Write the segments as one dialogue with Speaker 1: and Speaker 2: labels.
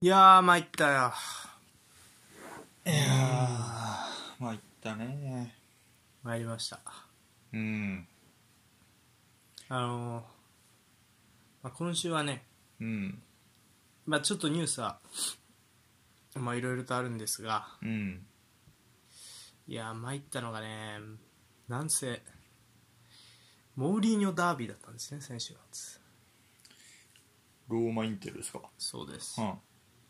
Speaker 1: いやー、参ったよ。
Speaker 2: いやー、まあいったね。
Speaker 1: 参りました。
Speaker 2: うん。
Speaker 1: あのーまあ、今週はね、
Speaker 2: うん。
Speaker 1: まあ、ちょっとニュースは、まあ、いろいろとあるんですが、
Speaker 2: うん。
Speaker 1: いやー、参ったのがね、なんせ、モーリーニョダービーだったんですね、先週末。
Speaker 2: ローマインテルですか。
Speaker 1: そうです
Speaker 2: うん。。はい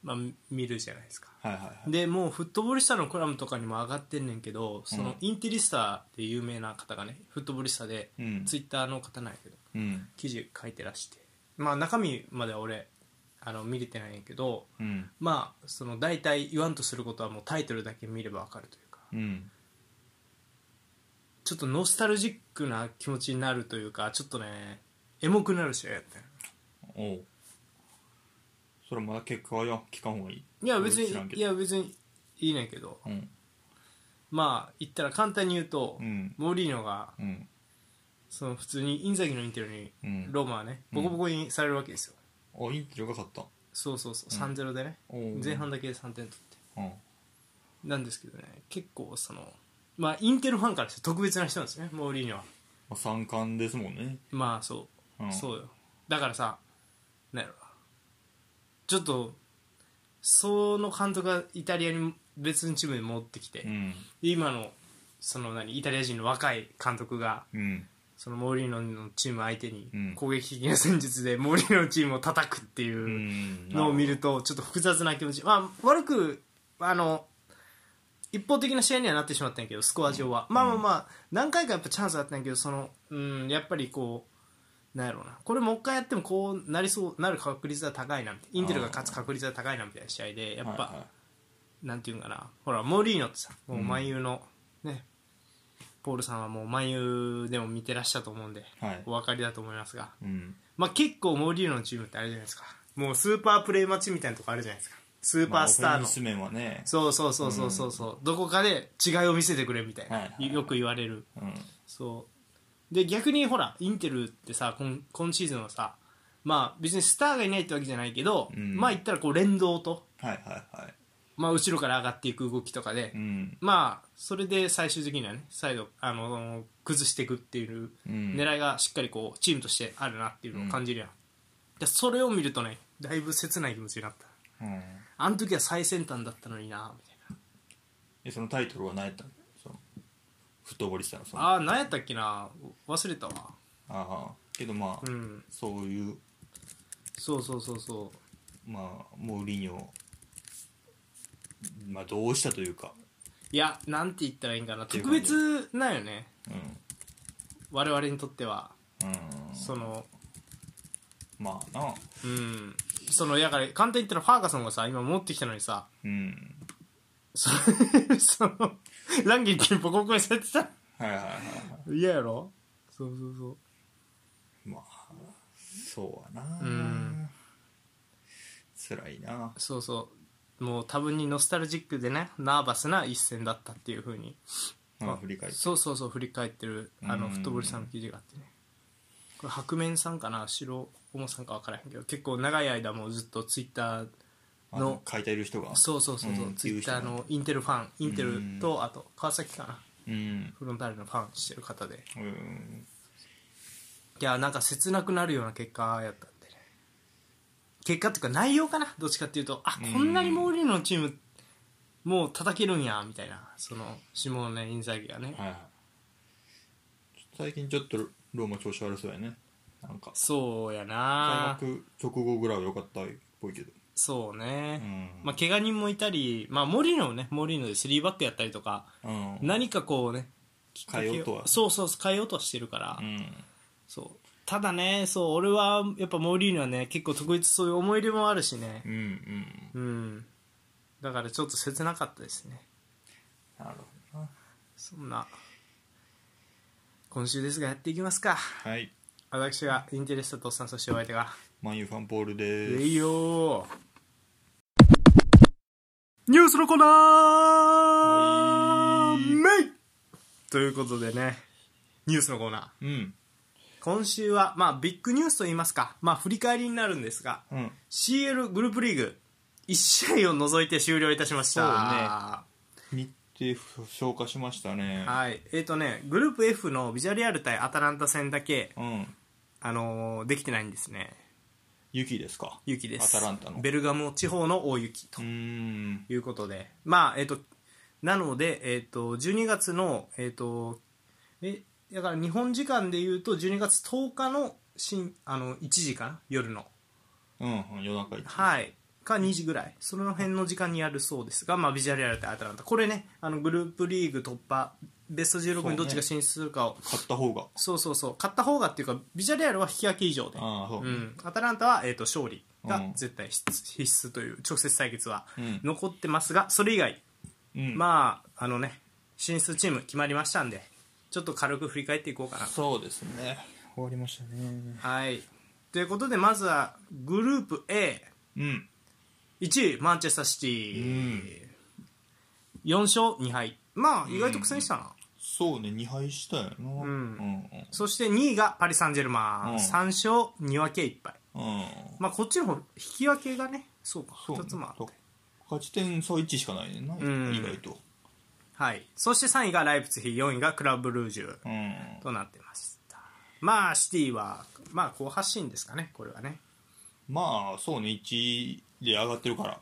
Speaker 1: まあ、見るじゃないですか。
Speaker 2: はいはい。
Speaker 1: で、もう、フットボリスタのコラムとかにも上がってんねんけど、その、インテリスタで有名な方がね、フットボリスタで、
Speaker 2: うん。
Speaker 1: ツイッターの方なんやけど、
Speaker 2: うん。
Speaker 1: 記事書いてらしてまあ中身までは俺あの見れてないんやけど
Speaker 2: うん。
Speaker 1: まあその大体言わんとすることはもうタイトルだけ見ればわかるというか
Speaker 2: うん。
Speaker 1: ちょっとノスタルジックな気持ちになるというかちょっとねエモくなる試合やったよ
Speaker 2: おう。それまだ結果はよ、聞かんほうがいい。
Speaker 1: いや別
Speaker 2: 知らん
Speaker 1: に
Speaker 2: け
Speaker 1: い
Speaker 2: ど
Speaker 1: や別にいいねんけど
Speaker 2: うん。
Speaker 1: まあ言ったら簡単に言うと、
Speaker 2: うん。
Speaker 1: モーリーノが
Speaker 2: うん。
Speaker 1: その普通にインザギのインテルに
Speaker 2: うん。
Speaker 1: ローマはねボコボコにされるわけですよ、
Speaker 2: おインテルが勝った。
Speaker 1: そうそうそう
Speaker 2: うん
Speaker 1: 3-0でね、
Speaker 2: おう
Speaker 1: 前半だけで3点取って
Speaker 2: うん。
Speaker 1: なんですけどね結構そのまあインテルファンからして特別な人なんですねモーリーニョは
Speaker 2: まあ、三冠ですもんね。
Speaker 1: まあそう、
Speaker 2: うん
Speaker 1: そうよだからさなんやろなちょっとその監督がイタリアに別のチームに戻ってきて、
Speaker 2: うん。
Speaker 1: 今のその何イタリア人の若い監督が
Speaker 2: うん。
Speaker 1: そのモーリーノのチーム相手に
Speaker 2: うん
Speaker 1: 攻撃的な戦術でモーリーノのチームを叩くっていう、
Speaker 2: うん
Speaker 1: のを見るとちょっと複雑な気持ちまあ悪くあの一方的な試合にはなってしまったんやけどスコア上は、まあまあまあ何回かやっぱチャンスあったんやけどそのうんやっぱりこうなんやろうなこれもう一回やってもこうなりそうなる確率は高いなみたいなインテルが勝つ確率は高いなみたいな試合でやっぱ、
Speaker 2: はいは
Speaker 1: なんていうんかなほらモーリーノってさもううん万有のね、ポールさんはもう万有でも見てらっしゃると思うんで
Speaker 2: い。はい
Speaker 1: お。分かりだと思いますが、
Speaker 2: うん。
Speaker 1: まあ、結構モーリーノのチームってあれじゃないですかもうスーパープレー待ちみたいなとこあるじゃないですかスーパースター
Speaker 2: まあオフ
Speaker 1: の
Speaker 2: ェンス面はね。
Speaker 1: そうそうそうそうそうそうどこかで違いを見せてくれみたいな、
Speaker 2: はいはいはい
Speaker 1: よく言われる
Speaker 2: うん。
Speaker 1: そうで逆にほらインテルってさ今今シーズンはさまあ別にスターがいないってわけじゃないけど、
Speaker 2: うん
Speaker 1: まあ言ったらこう連動と、
Speaker 2: はいはいはい。
Speaker 1: まあ、後ろから上がっていく動きとかで、
Speaker 2: うん。
Speaker 1: まあそれで最終的にはね再度あの崩していくっていう
Speaker 2: うん
Speaker 1: 狙いがしっかりこうチームとしてあるなっていうのを感じるやん、でそれを見るとねだいぶ切ない気持ちになった
Speaker 2: うん。
Speaker 1: あの時は最先端だったのになみたい
Speaker 2: え、そのタイトルは何やったのその、フットボリスタのその。
Speaker 1: なああ何やったっけな忘れたわ
Speaker 2: ああけどまあ、
Speaker 1: うん
Speaker 2: そういう
Speaker 1: そうそうそうそう
Speaker 2: まあモーリーニョまあどうしたというか
Speaker 1: いやなんて言ったらいいんかな
Speaker 2: ていう
Speaker 1: 特
Speaker 2: 感じ
Speaker 1: 別なんよね
Speaker 2: う
Speaker 1: 我々にとっては
Speaker 2: ん、うん、
Speaker 1: その
Speaker 2: まあな
Speaker 1: うんそのやから簡単に言ったらファーガソンがさ今持ってきたのにさ
Speaker 2: うん
Speaker 1: そそのランゲンにボコボコにされてた
Speaker 2: はいはいはいはい
Speaker 1: 嫌やろそうそうそう
Speaker 2: まあそうやな
Speaker 1: うん
Speaker 2: 辛いな
Speaker 1: そうそうもう多分にノスタルジックでねナーバスな一戦だったっていうふうに
Speaker 2: まあ振り返って
Speaker 1: そうそうそう振り返ってるあの
Speaker 2: うん
Speaker 1: フットボールさんの記事があってねこれ白面さんかな白重さんか分からへんけど結構長い間もうずっとツイッター
Speaker 2: あ
Speaker 1: の
Speaker 2: の書いてる人が
Speaker 1: そうそうそうそう、
Speaker 2: うん
Speaker 1: ツイッターのインテルファンインテルとあと川崎かな
Speaker 2: うん
Speaker 1: フロンターレのファンしてる方で
Speaker 2: うん
Speaker 1: いやなんか切なくなるような結果やったんでね結果っていうか内容かなどっちかっていうとあ
Speaker 2: うん
Speaker 1: こんなにモーリーノのチームもう叩けるんやみたいなそのシモーネ・インザギがね
Speaker 2: はいはい最近ちょっとローマ調子悪そうやねなんか
Speaker 1: そうや
Speaker 2: 開
Speaker 1: な
Speaker 2: 幕直後ぐらいは良かったっぽいけど
Speaker 1: そう
Speaker 2: う
Speaker 1: ね、
Speaker 2: ん
Speaker 1: まあ怪我人もいたりまあモーリーノもねモーリーノで3バックやったりとか
Speaker 2: うん
Speaker 1: 何かこうねきっかけを
Speaker 2: 変えようとは
Speaker 1: そうそう変えようとはしてるから、
Speaker 2: うん
Speaker 1: そうただねそう俺はやっぱモーリーノはね結構特別そういう思い入れもあるしね
Speaker 2: うんう
Speaker 1: う
Speaker 2: ん
Speaker 1: んだからちょっと切なかったですね
Speaker 2: なるほどな
Speaker 1: そんな今週ですがやっていきますか
Speaker 2: はい
Speaker 1: 私がインテレスタとおっさんそしてお相手が
Speaker 2: マンユーファンポール
Speaker 1: え
Speaker 2: です
Speaker 1: いよーニュースのコーナーメイということでねニュースのコーナー
Speaker 2: うん
Speaker 1: 今週はまあビッグニュースと言いますかまあ振り返りになるんですが
Speaker 2: うん
Speaker 1: CL グループリーグ1試合を除いて終了いたしました
Speaker 2: 日程ふ消化しましたね
Speaker 1: はいえっ、とねグループ F のビジャレアル対アタランタ戦だけ、
Speaker 2: うん
Speaker 1: あのーできてないんですね
Speaker 2: 雪ですか
Speaker 1: 雪です
Speaker 2: アタランタの
Speaker 1: ベルガム地方の大雪
Speaker 2: う
Speaker 1: と
Speaker 2: ーん
Speaker 1: いうことで、まあえっ、となので、えっと12月のえっ、とえだから日本時間でいうと12月10日の新あの1時かな夜の
Speaker 2: うん夜中一
Speaker 1: はい、か2時ぐらいその辺の時間にやるそうですが、まあ、ビジュアルやられてアタランタこれねあのグループリーグ突破ベスト16にどっちが進出するかを
Speaker 2: 買った方が
Speaker 1: そう,、そうそう勝った方がっていうかビジャレアルは引き分け以上で、
Speaker 2: ああそうう、
Speaker 1: ん、アタランタは、えー、と勝利が
Speaker 2: うん
Speaker 1: 絶対必必須という直接対決は
Speaker 2: うん
Speaker 1: 残ってますがそれ以外、
Speaker 2: うん
Speaker 1: まああのね進出チーム決まりましたんでちょっと軽く振り返っていこうかな
Speaker 2: そうですね終わりましたね
Speaker 1: はいということでまずはグループ A
Speaker 2: うん
Speaker 1: 1位マンチェスターシティ、4勝2敗まあ意外と苦戦したな、
Speaker 2: そうね2敗したよなうんうん
Speaker 1: そして2位がパリ・サンジェルマン、
Speaker 2: うん
Speaker 1: 3勝2分け1敗
Speaker 2: うん
Speaker 1: まあこっちの方引き分けがねそうか
Speaker 2: そうね
Speaker 1: 2つもあって
Speaker 2: 勝ち点差1しかないねんな、
Speaker 1: ん
Speaker 2: 意外と
Speaker 1: はいそして3位がライプツィヒ4位がクラブルージュ
Speaker 2: うん
Speaker 1: となってましたまあシティはまあ好発進ですかねこれはね
Speaker 2: まあそうね1で上がってるから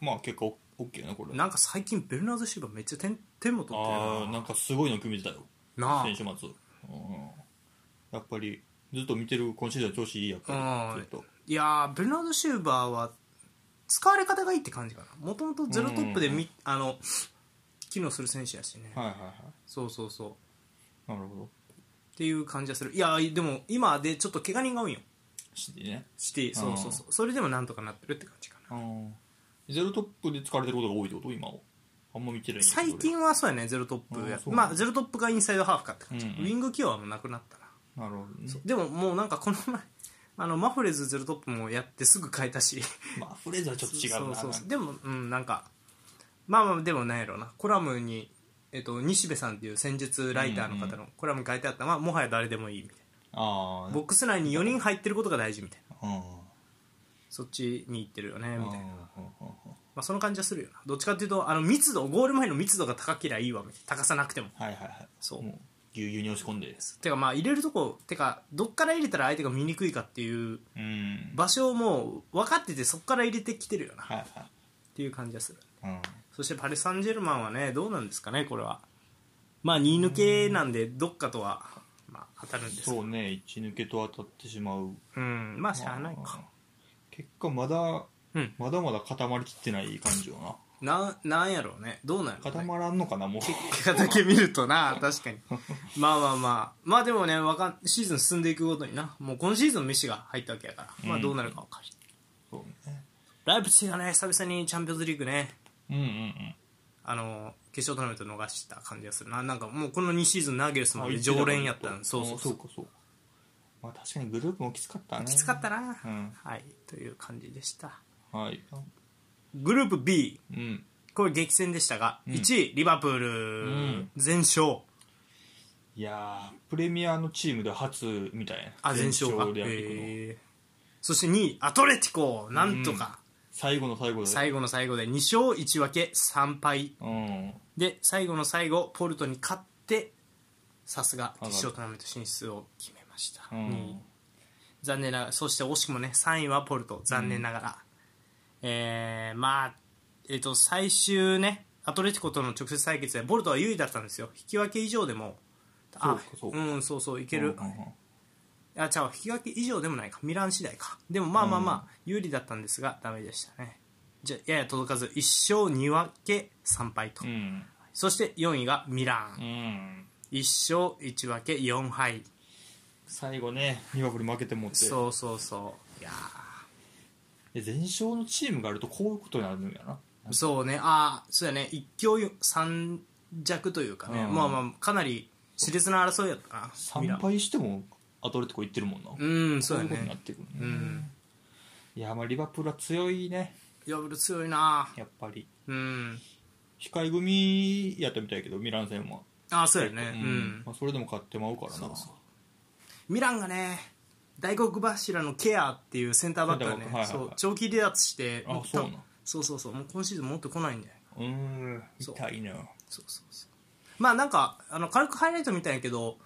Speaker 2: まあ結構 OK なこれ
Speaker 1: なんか最近ベルナード・シーバーめっちゃ点点も取ってる
Speaker 2: ああ
Speaker 1: な
Speaker 2: なんかすごいの組めてたよ
Speaker 1: な
Speaker 2: 選手末、うん、やっぱりずっと見てる今シーズン調子いいやっぱ
Speaker 1: うん
Speaker 2: りずっと
Speaker 1: いやーベルナード・シューバーは使われ方がいいって感じかなもともとゼロトップでみ、あの機能する選手やしね、
Speaker 2: はいはいは
Speaker 1: そうそうそうっ
Speaker 2: いなるほど
Speaker 1: ていう感じがするいやーでも今でちょっと怪我人が多いんよ
Speaker 2: シティね
Speaker 1: シティそうそうそうそれでもなんとかなってるって感じかな
Speaker 2: うんゼロトップで疲れてることが多いってこと今をあんま見てないんだけど
Speaker 1: 最近はそうやねゼロトップや
Speaker 2: あーそう
Speaker 1: まあゼロトップがインサイドハーフかって感じ、
Speaker 2: うんうん
Speaker 1: ウィング起用はもうなくなったな
Speaker 2: なるほどね
Speaker 1: でももうなんかこの前 あのマフレーズゼロトップもやってすぐ変えたし
Speaker 2: まあフレーズはちょっ と違うな
Speaker 1: そうそうそうでもうんなんかまあまあでもなんやろうなコラムに、えっと西部さんっていう戦術ライターの方のコラムに書いてあったのは、もはや誰でもいいみたい
Speaker 2: あ
Speaker 1: な
Speaker 2: あ
Speaker 1: ボックス内に4人入ってることが大事みたいな
Speaker 2: うん
Speaker 1: そっちに行ってるよねみたいな、ま
Speaker 2: うん
Speaker 1: あ、その感じはするよなどっちかっていうとあの密度ゴール前の密度が高けりゃいいわみたいな高さなくても
Speaker 2: はいはいはい
Speaker 1: そう
Speaker 2: もぎゅうぎゅうに押し込んで
Speaker 1: てかまあ入れるとこてかどっから入れたら相手が見にくいかっていう
Speaker 2: うん
Speaker 1: 場所をもう分かっててそっから入れてきてるよなっ
Speaker 2: はいは
Speaker 1: ていう感じがする
Speaker 2: いうん
Speaker 1: そしてパリ・サンジェルマンはねどうなんですかねこれはまあ2抜けなんでどっかとは、まあ、当たるんです
Speaker 2: そうね一抜けと当たってしまう
Speaker 1: うんまあしゃあないか
Speaker 2: 結果まだ
Speaker 1: うん
Speaker 2: まだまだ固まりきってない感じよな
Speaker 1: ななんやろうねどうなんやろう
Speaker 2: 固
Speaker 1: ね
Speaker 2: まらんのかなもう
Speaker 1: 結 果だけ見るとな確かにまあまあまあまあでもねわかんシーズン進んでいくごとになもう今シーズンメッシが入ったわけやから、まあどうなるか分かる
Speaker 2: そうね
Speaker 1: ライブチがね久々にチャンピオンズリーグね
Speaker 2: うんうんうん
Speaker 1: あの決勝トーナメント逃した感じがするななんかもうこの2シーズンナーゲルスまで
Speaker 2: あ
Speaker 1: 常連やった
Speaker 2: 一
Speaker 1: ん
Speaker 2: 位だ
Speaker 1: そうそう
Speaker 2: あ
Speaker 1: そ
Speaker 2: そう
Speaker 1: う
Speaker 2: かそうかまあ確かにグループもきつかったね
Speaker 1: きつかったな、
Speaker 2: うん
Speaker 1: はいという感じでした
Speaker 2: はい
Speaker 1: グループ B
Speaker 2: うん
Speaker 1: これ激戦でしたが、1位リバプール、
Speaker 2: ん
Speaker 1: 全勝
Speaker 2: いやープレミアのチームで初みたいな
Speaker 1: あ全勝か
Speaker 2: でやっていくの、
Speaker 1: へーそして2位アトレティコなんとか、
Speaker 2: 最後の最後で
Speaker 1: 最後の最後で2勝1分け3敗
Speaker 2: うん
Speaker 1: で最後の最後ポルトに勝ってさすが決勝トーナメント進出を決めました、
Speaker 2: うん
Speaker 1: 2位残念ながらそして惜しくもね3位はポルト残念ながら、えーまあえっ、と最終ねアトレティコとの直接対決でポルトは優位だったんですよ引き分け以上でもあ
Speaker 2: そうかそうか
Speaker 1: んそうそういけ
Speaker 2: う
Speaker 1: る、
Speaker 2: んうん
Speaker 1: あ違う引き分け以上でもないかミラン次第かでもまあまあまあ、有利だったんですがダメでしたねじゃやや届かず1勝2分け3敗と、
Speaker 2: うん
Speaker 1: そして4位がミラン、
Speaker 2: うん
Speaker 1: 1勝1分け4敗
Speaker 2: 最後ねリバプール負けてもって
Speaker 1: そうそうそういや
Speaker 2: で全勝のチームがあるとこういうことになるんやな
Speaker 1: ーそうねああそうやね一強三弱というかね、
Speaker 2: うん
Speaker 1: まあまあかなり熾烈な争いやったなミ
Speaker 2: 3
Speaker 1: ラン
Speaker 2: 敗してもアトレティコ行ってるもんな、
Speaker 1: うんそうや
Speaker 2: こいことにな
Speaker 1: ね
Speaker 2: ってくるね、
Speaker 1: うん
Speaker 2: いやまあリバプールは強いね
Speaker 1: ヤブル強いな
Speaker 2: やっぱり
Speaker 1: うん
Speaker 2: 控え組やったみたいやけどミラン戦は
Speaker 1: ああそうやね
Speaker 2: う
Speaker 1: うんん
Speaker 2: まあ、それでも勝ってまうからな
Speaker 1: そうそうミランがね大黒柱のケアっていうセンターバックがね
Speaker 2: センターバックはいはい
Speaker 1: そ
Speaker 2: は
Speaker 1: 長
Speaker 2: いう
Speaker 1: 期離脱して
Speaker 2: あそうなん
Speaker 1: そうそうそうもう今シーズンもっと来ないんだよ
Speaker 2: うーんみ
Speaker 1: そう
Speaker 2: たいなう
Speaker 1: そうそうそうまあなんかあの軽くハイライト見たんやけど、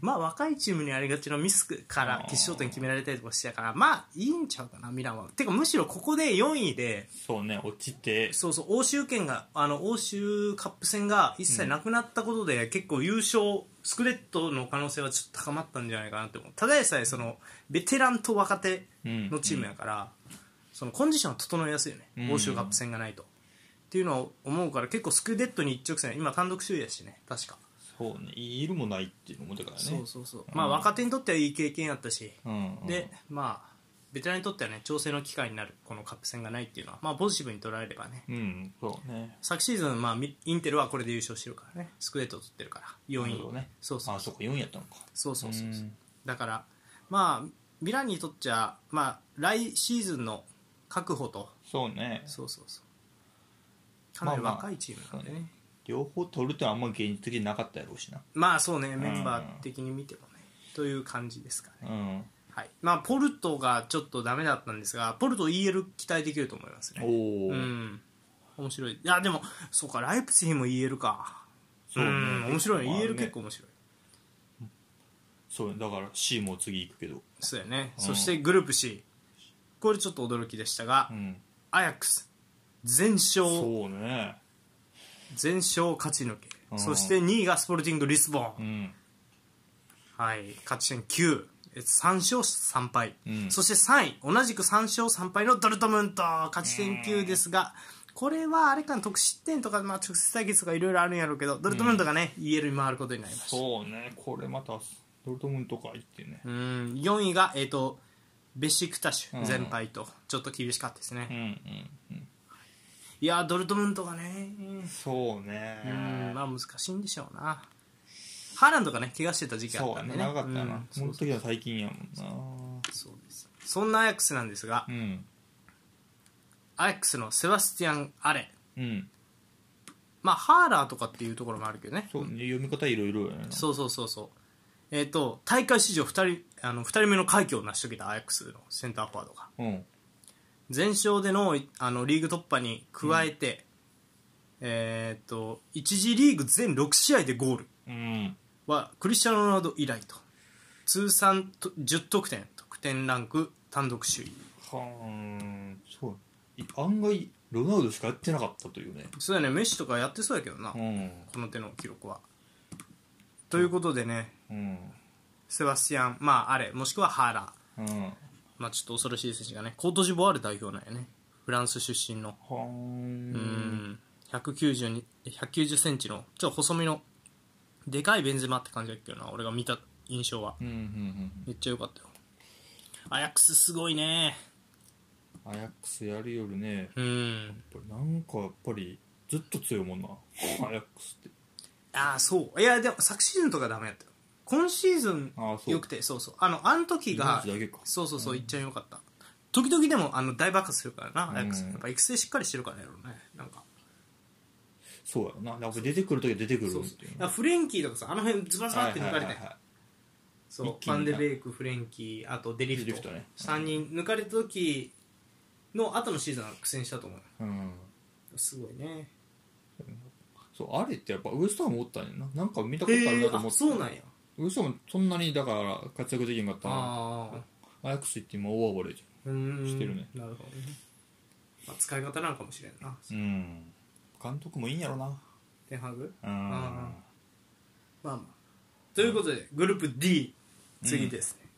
Speaker 1: まあ若いチームにありがちなミスから決勝点決められたりとかしてたからまあいいんちゃうかなミランはてかむしろここで4位で
Speaker 2: んそうね落ちて
Speaker 1: そうそう欧州圏があの欧州カップ戦が一切なくなったことで、結構優勝スクレットの可能性はちょっと高まったんじゃないかなって思うただでさえそのベテランと若手
Speaker 2: うん
Speaker 1: のチームやから、そのコンディションは整いやすいよね、
Speaker 2: うん
Speaker 1: 欧州カップ戦がないとっていうのを思うから結構スクレットに一直線今単独首位やしね確か、
Speaker 2: そうねいるもないっていうのもだからね
Speaker 1: そうそうそうまあ若手にとってはいい経験やったし、
Speaker 2: うんうん、
Speaker 1: でまあベテランにとってはね調整の機会になるこのカップ戦がないっていうのはまあポジティブに捉えればね
Speaker 2: うんそうね
Speaker 1: 昨シーズン、まあ、みインテルはこれで優勝してるからねスクレートを取ってるから4
Speaker 2: な
Speaker 1: 位
Speaker 2: るほどね
Speaker 1: そうそう
Speaker 2: あそっか4位やったのか
Speaker 1: そうそうそうそう
Speaker 2: うん
Speaker 1: だからまあミランにとっちゃ、まあ、来シーズンの確保と
Speaker 2: そうね
Speaker 1: そうそうそうかなり
Speaker 2: まあまあ
Speaker 1: 若いチームなんでね、まあ
Speaker 2: 両方取るってのはあんま現実的になかったやろうしな
Speaker 1: そうねメンバー的に見てもね、という感じですかね、
Speaker 2: うん
Speaker 1: はいまあ、ポルトがちょっとダメだったんですがポルト EL 期待できると思いますね
Speaker 2: おお、
Speaker 1: うん面白いいやでもそうかライプツィヒも EL か
Speaker 2: そうね
Speaker 1: ん面白いね
Speaker 2: まあね
Speaker 1: EL 結構面白い
Speaker 2: そうねだから C も次行くけど
Speaker 1: そうやね、
Speaker 2: うん
Speaker 1: そしてグループ C これちょっと驚きでしたが、
Speaker 2: うん
Speaker 1: アヤックス全勝
Speaker 2: そうね
Speaker 1: 全勝勝ち抜け、
Speaker 2: うん
Speaker 1: そして2位がスポルティングリスボン、
Speaker 2: うん
Speaker 1: はい、勝ち点93勝3敗、
Speaker 2: うん
Speaker 1: そして3位同じく3勝3敗のドルトムント勝ち点9ですが、これはあれかな得失点とか、まあ、直接対決とかいろいろあるんやろうけどドルトムントがね、EL に回ることになりました
Speaker 2: そうねこれまたドルトムントか行ってね
Speaker 1: うん4位が、えー、とベシクタシ
Speaker 2: う
Speaker 1: ュ
Speaker 2: ん
Speaker 1: 全敗と、ちょっと厳しかったですね、
Speaker 2: うんうんうん
Speaker 1: いやードルトムントがね
Speaker 2: そうね
Speaker 1: うんまあ難しいんでしょうなハーランドがね怪我してた時期あっ
Speaker 2: そ
Speaker 1: た
Speaker 2: うん
Speaker 1: で
Speaker 2: ね
Speaker 1: ね
Speaker 2: 長かっ
Speaker 1: う
Speaker 2: たな、
Speaker 1: ん
Speaker 2: そ
Speaker 1: そう
Speaker 2: の時は最近やもん
Speaker 1: そうですそんなアヤックスなんですが、
Speaker 2: なうん
Speaker 1: アヤックスのセバスティアン・アレ
Speaker 2: うん
Speaker 1: まあハーラーとかっていうところもあるけどね
Speaker 2: そうね読み方いろいろやな
Speaker 1: そうそうそうそうえっ、と大会史上2人あの二人目の快挙を成し遂げたアヤックスのセンターフォワードが
Speaker 2: うん
Speaker 1: 全勝でのあのリーグ突破に加えて、えっ、と1次リーグ全6試合でゴール
Speaker 2: うん
Speaker 1: はクリスチャン・ロナウド以来と通算と10得点得点ランク単独首位
Speaker 2: はんそうい案外ロナウドしかやってなかったというね
Speaker 1: そうだねメッシとかやってそうやけどな、
Speaker 2: う
Speaker 1: この手の記録はということでね
Speaker 2: んうん
Speaker 1: セバスティアンまああれもしくはハーラー
Speaker 2: うん
Speaker 1: まあちょっと恐ろしい選手がねコートジボワール代表なんやねフランス出身のう
Speaker 2: は
Speaker 1: んん190センチのちょっと細身のでかいベンゼマって感じだっけどな俺が見た印象は
Speaker 2: うんうんうん
Speaker 1: めっちゃ良かったよアヤックスすごいね
Speaker 2: アヤックスやるよりね
Speaker 1: うん
Speaker 2: やっぱりなんかやっぱりずっと強いもんなアヤックスって
Speaker 1: ああそういやでも昨シーズンとかダメだったよ今シーズン
Speaker 2: ああそう
Speaker 1: よくてそうそうあのあの時が
Speaker 2: ユナイテッドだけか
Speaker 1: そうそうそういっちゃんよかった時々でもあの大爆発するからな、
Speaker 2: ん
Speaker 1: アヤックスやっぱ育成しっかりしてるからやろうねなんか
Speaker 2: そうやろななんか出てくる時は出てくる
Speaker 1: そう
Speaker 2: って
Speaker 1: そう
Speaker 2: いう
Speaker 1: だからフレンキーとかさあの辺ズバズバって抜かれた
Speaker 2: はい
Speaker 1: よ
Speaker 2: はいはい
Speaker 1: そう
Speaker 2: 一気
Speaker 1: ファ
Speaker 2: に
Speaker 1: ン
Speaker 2: ね
Speaker 1: デベイクフレンキーあとデリフ
Speaker 2: デ
Speaker 1: ト
Speaker 2: リフトね
Speaker 1: 3人抜かれた時の後のシーズンは苦戦したと思う
Speaker 2: うん
Speaker 1: すごいね
Speaker 2: そうあれってやっぱウエストハムおったんやななんか見たことある
Speaker 1: へ
Speaker 2: な
Speaker 1: え
Speaker 2: と思
Speaker 1: あ
Speaker 2: って
Speaker 1: そうなんや
Speaker 2: ウエストハムそんなにだから活躍できんかったな
Speaker 1: ああ
Speaker 2: アヤックスって今大暴れじ
Speaker 1: うーん
Speaker 2: してるね
Speaker 1: なるほどね、まあ、使い方なのかもしれんな
Speaker 2: ゃんうん監督もいいんやろな
Speaker 1: テンハグ
Speaker 2: う
Speaker 1: あ
Speaker 2: ん
Speaker 1: まあまあということでグループ D 次ですね、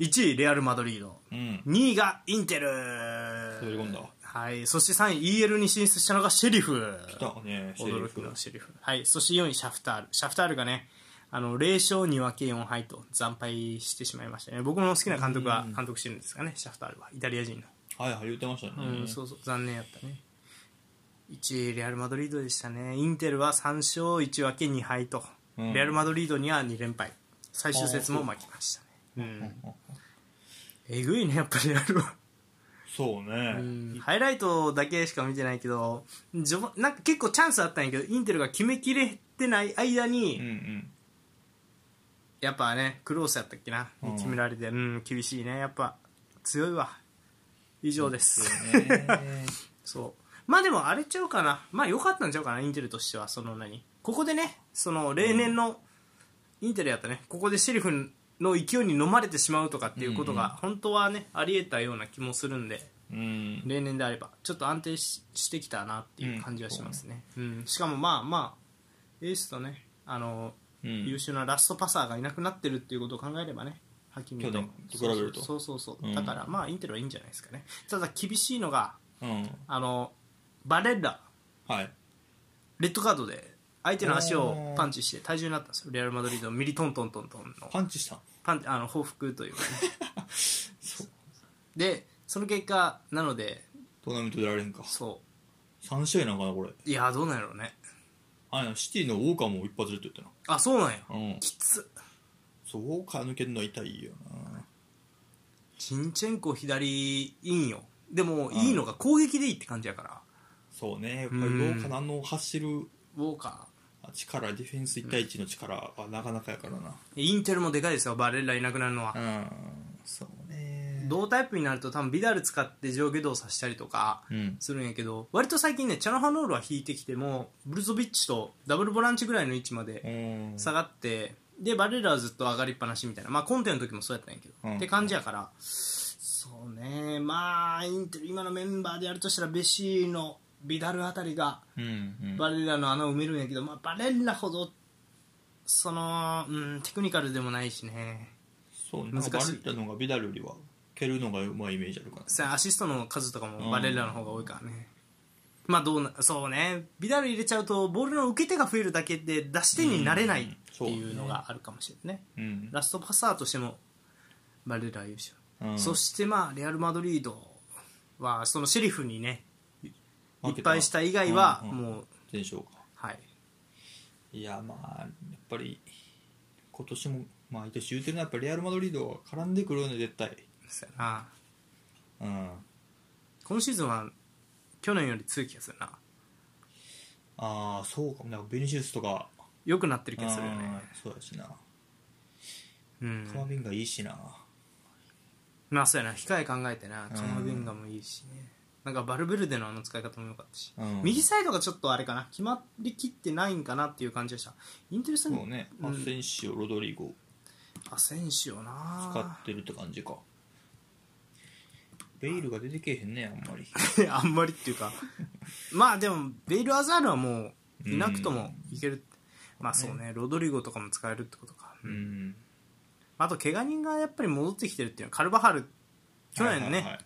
Speaker 1: 1位レアル・マドリード
Speaker 2: うん
Speaker 1: 2位がインテル
Speaker 2: 滑り込んだ
Speaker 1: はいそして3位 EL に進出したのがシェリフ
Speaker 2: 来たねシェリ
Speaker 1: 驚き
Speaker 2: フ
Speaker 1: のシェリフはいそして4位シャフタールシャフタールがねあの0勝2分け4敗と惨敗してしまいましたね僕の好きな監督が監督してるんですかねシャフタールはイタリア人の
Speaker 2: はいはい言ってましたね
Speaker 1: うん、そうそう残念やったね1位レアル・マドリードでしたねインテルは3勝1分け2敗と、
Speaker 2: うん
Speaker 1: レアル・マドリードには2連敗最終節も負けましたねうんえぐいねやっぱりレアルは、
Speaker 2: そうね
Speaker 1: うんハイライトだけしか見てないけど序盤なんか結構チャンスあったんやけどインテルが決めきれてない間に、
Speaker 2: うんうん
Speaker 1: やっぱねクロースやったっけな、
Speaker 2: うん
Speaker 1: 決められてうん厳しいねやっぱ強いわ以上です、
Speaker 2: ね
Speaker 1: そうまあでもあれちゃうかなまあ良かったんちゃうかなインテルとしてはその何ここでねその例年のインテルやったねここでシェリフの勢いに飲まれてしまうとかっていうこと
Speaker 2: うん
Speaker 1: が本当はねありえたような気もするんで
Speaker 2: うん
Speaker 1: 例年であればちょっと安定ししてきたなっていう感じはしますね、うんしかもまあまあエースとねあの
Speaker 2: うん
Speaker 1: 優秀なラストパサーがいなくなってるっていうことを考えればね、ハキミ
Speaker 2: 去年と比べると
Speaker 1: そうそうそうそう
Speaker 2: うん
Speaker 1: だから、まあ、インテルはいいんじゃないですかね、ただ厳しいのが、
Speaker 2: うん
Speaker 1: あのバレッラ、
Speaker 2: はい
Speaker 1: レッドカードで相手の足を
Speaker 2: おー
Speaker 1: パンチして、体重になったんですよ、レアル・マドリードのミリトントントントンの
Speaker 2: パンチした
Speaker 1: パンあの報復というかね、 で、その結果、なので、
Speaker 2: トーナメント出られんか
Speaker 1: そ
Speaker 2: 3試合なんかなこれ
Speaker 1: う、いや、どうなんやろうね、
Speaker 2: あれなシティのウォーカーも一発出てったな
Speaker 1: あそうなんや、
Speaker 2: うん
Speaker 1: きつ
Speaker 2: そうウォーカー抜けるのは痛いよな
Speaker 1: チンチェンコ左いいんよ、でも、いいのが攻撃でいいって感じやから、
Speaker 2: そうねやっぱりウ
Speaker 1: うん
Speaker 2: ォーカーのあの走る
Speaker 1: ウォーカー。
Speaker 2: 力ディフェンス1対1の力はなかなかやからな
Speaker 1: インテルもでかいですよバレッラいなくなるのは、
Speaker 2: うんそうね
Speaker 1: 同タイプになると多分ビダル使って上下動させたりとか
Speaker 2: うん
Speaker 1: するんやけど割と最近ねチャノハノールは引いてきてもブルゾビッチとダブルボランチぐらいの位置ま
Speaker 2: う
Speaker 1: で
Speaker 2: ん
Speaker 1: 下がって、でバレッラはずっと上がりっぱなしみたいな、まあ、コンテの時もそうやったんやけど、
Speaker 2: うん
Speaker 1: って感じやからそうねまあインテル今のメンバーでやるとしたらベシーのビダルあたりが
Speaker 2: うんうん
Speaker 1: バレッラの穴を埋めるんやけど、まあ、バレッラほどその、うん、テクニカルでもないしね
Speaker 2: そうね
Speaker 1: 難
Speaker 2: 難
Speaker 1: し
Speaker 2: し
Speaker 1: い
Speaker 2: いバレッラの方がビダルよりは蹴るのがうまいイメージあるから
Speaker 1: さアシストの数とかもバレッラの方が多いからね、まあどうなそうねビダル入れちゃうとボールの受け手が増えるだけで出し手になれないっていうのがあるかもしれないね、
Speaker 2: うん
Speaker 1: ラストパサーとしてもバレッラ優勝、
Speaker 2: うん
Speaker 1: そしてまあレアル・マドリードはそのシェリフにねい
Speaker 2: 負
Speaker 1: っ
Speaker 2: け
Speaker 1: ぱいした以外は
Speaker 2: うんうん
Speaker 1: もう
Speaker 2: 全勝か
Speaker 1: はい
Speaker 2: いやまあやっぱり今年も毎年言うてるのはやっぱレアル・マドリードは絡んでくるよね絶対
Speaker 1: そうやな
Speaker 2: うん
Speaker 1: 今シーズンは去年より強い気がするな
Speaker 2: ああそうかもなんかベニシウスとか
Speaker 1: 良くなってる気がするよね
Speaker 2: あーそうやしな
Speaker 1: うん
Speaker 2: カマビンガいいしな
Speaker 1: まあそうやな控え考えてなカマビンガもいいしねなんかバルベルデのあの使い方も良かったし、
Speaker 2: うん
Speaker 1: 右サイドがちょっとあれかな決まりきってないんかなっていう感じでしたインテルス
Speaker 2: そ
Speaker 1: に
Speaker 2: うね
Speaker 1: う
Speaker 2: ア
Speaker 1: ん
Speaker 2: センシオロドリゴ
Speaker 1: あ選手よ
Speaker 2: 使
Speaker 1: な
Speaker 2: ってるって感じかベイルが出てけえへんねあんまり
Speaker 1: あんまりっていうかまあでもベイル・アザールはもういなくともいける、まあそうねロドリゴとかも使えるってことか、
Speaker 2: う
Speaker 1: うん
Speaker 2: ん
Speaker 1: あと怪我人がやっぱり戻ってきてるっていうのはカルバハル去年ね、
Speaker 2: はいはい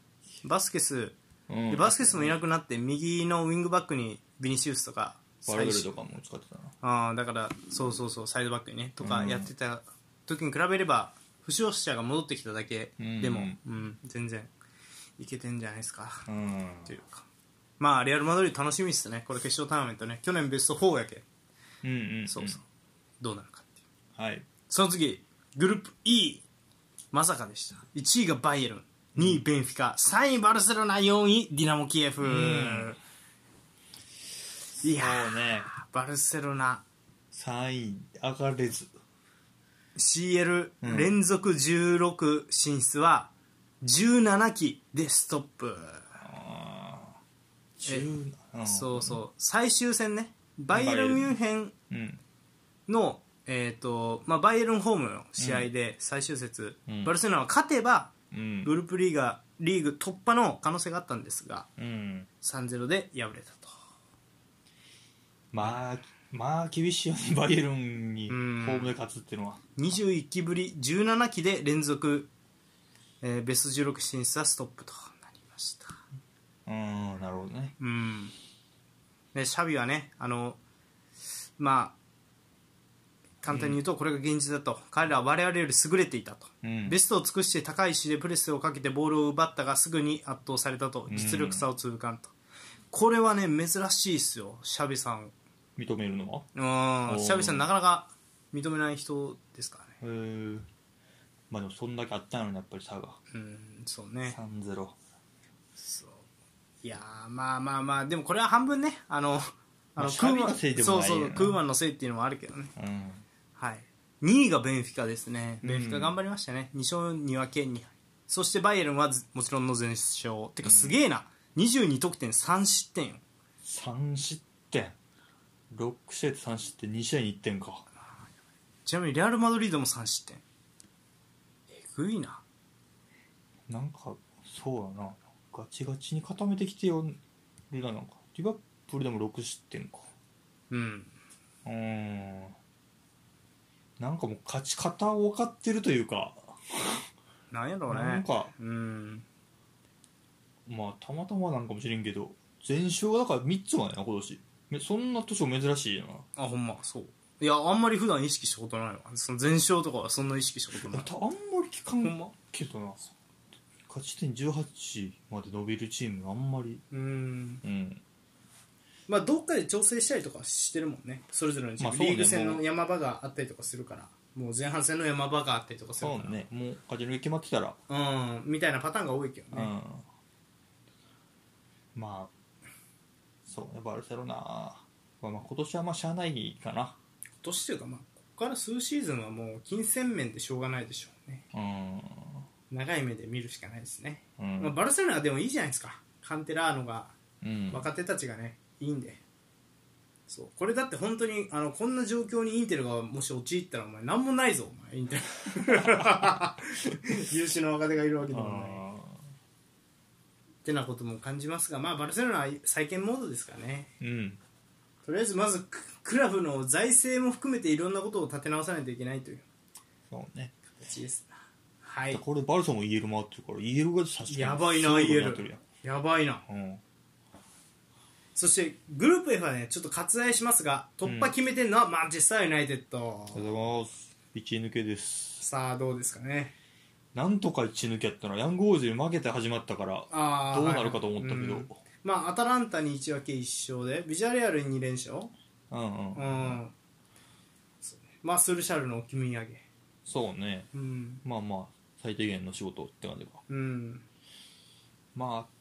Speaker 1: バスケス
Speaker 2: はいうん
Speaker 1: でバスケスもいなくなって右のウィングバックにビニシウスとか
Speaker 2: バルベルとかも使ってたな
Speaker 1: あーだからそうそうそうサイドバックにねとか
Speaker 2: うん
Speaker 1: やってた時に比べれば負傷者が戻ってきただけ
Speaker 2: うん
Speaker 1: でも、うん全然いけてんじゃないですか
Speaker 2: うん
Speaker 1: というかまあレアル・マドリード楽しみですねこれ決勝トーナメントね去年ベスト4やけ
Speaker 2: うんうんん
Speaker 1: そうそう、どうなるかっていう
Speaker 2: はい
Speaker 1: その次グループ E まさかでした1位がバイエルン2位ベンフィカ3位バルセロナ4位ディナモ・キエフ、
Speaker 2: ん
Speaker 1: いや
Speaker 2: そうね
Speaker 1: ーバルセロナ
Speaker 2: 3位上がれず
Speaker 1: CL
Speaker 2: うん
Speaker 1: 連続16進出は17期でストップ、
Speaker 2: ああ
Speaker 1: え
Speaker 2: 10うん
Speaker 1: そうそう最終戦ねバイエルン・ミュンヘン
Speaker 2: うん
Speaker 1: の、えーとまあ、バイエルンホームの試合で最終節、
Speaker 2: うん
Speaker 1: バルセロナは勝てば
Speaker 2: うん
Speaker 1: グループリーガリーグ突破の可能性があったんですが
Speaker 2: うん
Speaker 1: 3-0で敗れたと
Speaker 2: まあまあ厳しいよねバイエルンにホ
Speaker 1: うん
Speaker 2: ームで勝つっていうのは
Speaker 1: 21期ぶり17期で連続、えーベスト16進出はストップとなりました
Speaker 2: うんなるほどね
Speaker 1: うん、でシャビはねあの、まあ、簡単に言うとこれが現実だと、彼らは我々より優れていたと、
Speaker 2: うん
Speaker 1: ベストを尽くして高い位置でプレスをかけてボールを奪ったがすぐに圧倒されたと
Speaker 2: うん
Speaker 1: 実力差を痛感と、これはね珍しいですよシャビさん
Speaker 2: 認めるのは
Speaker 1: うんシャビさんなかなか認めない人ですからね
Speaker 2: へえまあでもそんだけあったんやろねやっぱり差が
Speaker 1: うんそうね
Speaker 2: 3-0
Speaker 1: そういやーまあまあまあでもこれは半分ねあのあ
Speaker 2: ま
Speaker 1: のクー
Speaker 2: あシャビ
Speaker 1: マン
Speaker 2: のせいでも
Speaker 1: そう
Speaker 2: ない
Speaker 1: そ
Speaker 2: よな
Speaker 1: うクーマンのせいっていうのもあるけどね
Speaker 2: うん
Speaker 1: はい、2位がベンフィカですね、
Speaker 2: うん
Speaker 1: ベンフィカ頑張りましたね、2勝2分け2敗、そしてバイエルンはずもちろんの全勝てかすげえな、22得点3失点よ
Speaker 2: 3失点6試合で3失点2試合に1点か
Speaker 1: ちなみにレアル・マドリードも3失点えぐいな
Speaker 2: なんかそうだなガチガチに固めてきてよるななんかリバプールでも6失点か
Speaker 1: うん
Speaker 2: うーんなんかもう勝ち方を分かってるというか
Speaker 1: なんやろうね
Speaker 2: なんか
Speaker 1: うん
Speaker 2: まあたまたまなんかもしれんけど全勝がだから3つまでな今年めそんな年も珍しいな
Speaker 1: あほんまそういやあんまり普段意識したことないわその全勝とかはそんな意識したこと
Speaker 2: あ
Speaker 1: ない
Speaker 2: んまり聞か
Speaker 1: ほん
Speaker 2: ん
Speaker 1: ま
Speaker 2: けどな勝ち点18まで伸びるチームあんまり
Speaker 1: うん
Speaker 2: うん
Speaker 1: まあどっかで調整したりとかしてるもんねそれぞれのチーム
Speaker 2: まあそうね
Speaker 1: リーグ戦の山場があったりとかするからもう前半戦の山場があったりとかする
Speaker 2: そ
Speaker 1: から
Speaker 2: うねもう勝ち抜き決まってたら
Speaker 1: うんみたいなパターンが多いけど
Speaker 2: う
Speaker 1: ね、
Speaker 2: んまあそうねバルセロナは、まあ、今年はまあしゃあないかな
Speaker 1: 今年というかまあここから数シーズンはもう金銭面でしょうがないでしょうね
Speaker 2: うん、
Speaker 1: 長い目で見るしかないですね、
Speaker 2: う
Speaker 1: まあ、
Speaker 2: ん
Speaker 1: バルセロナはでもいいじゃないですかカンテラーノが
Speaker 2: うん、
Speaker 1: 若手たちがねいいんでそうこれだって本当にあのこんな状況にインテルがもし陥ったらお前何もないぞお前イン テル優秀な若手がいるわけでもない
Speaker 2: あ
Speaker 1: ってなことも感じますが、まあ、バルセロナは再建モードですからね
Speaker 2: ーうん
Speaker 1: とりあえずまずククラブの財政も含めていろんなことを立て直さないといけないという
Speaker 2: そうね
Speaker 1: 形ですなはい
Speaker 2: これバルサも EL 回ってるから EL が差し
Speaker 1: やばいな EL やばいな
Speaker 2: うん
Speaker 1: そしてグループ F はねちょっと割愛しますが突破決めてるのはマンチェスター・ユナイテッド、
Speaker 2: ありがとうございます一抜けです
Speaker 1: さあどうですかね
Speaker 2: なんとか一抜けやったのヤングオーズに負けて始まったから
Speaker 1: あー
Speaker 2: どうなるかと思ったけど、
Speaker 1: はいうんまあアタランタに1分け1勝でビジャレアルに2連勝
Speaker 2: うん
Speaker 1: う
Speaker 2: うん
Speaker 1: んそうねまあスルシャルの置きみ上げ
Speaker 2: そうね
Speaker 1: うん
Speaker 2: まあまあ最低限の仕事って感じか
Speaker 1: うん
Speaker 2: まあ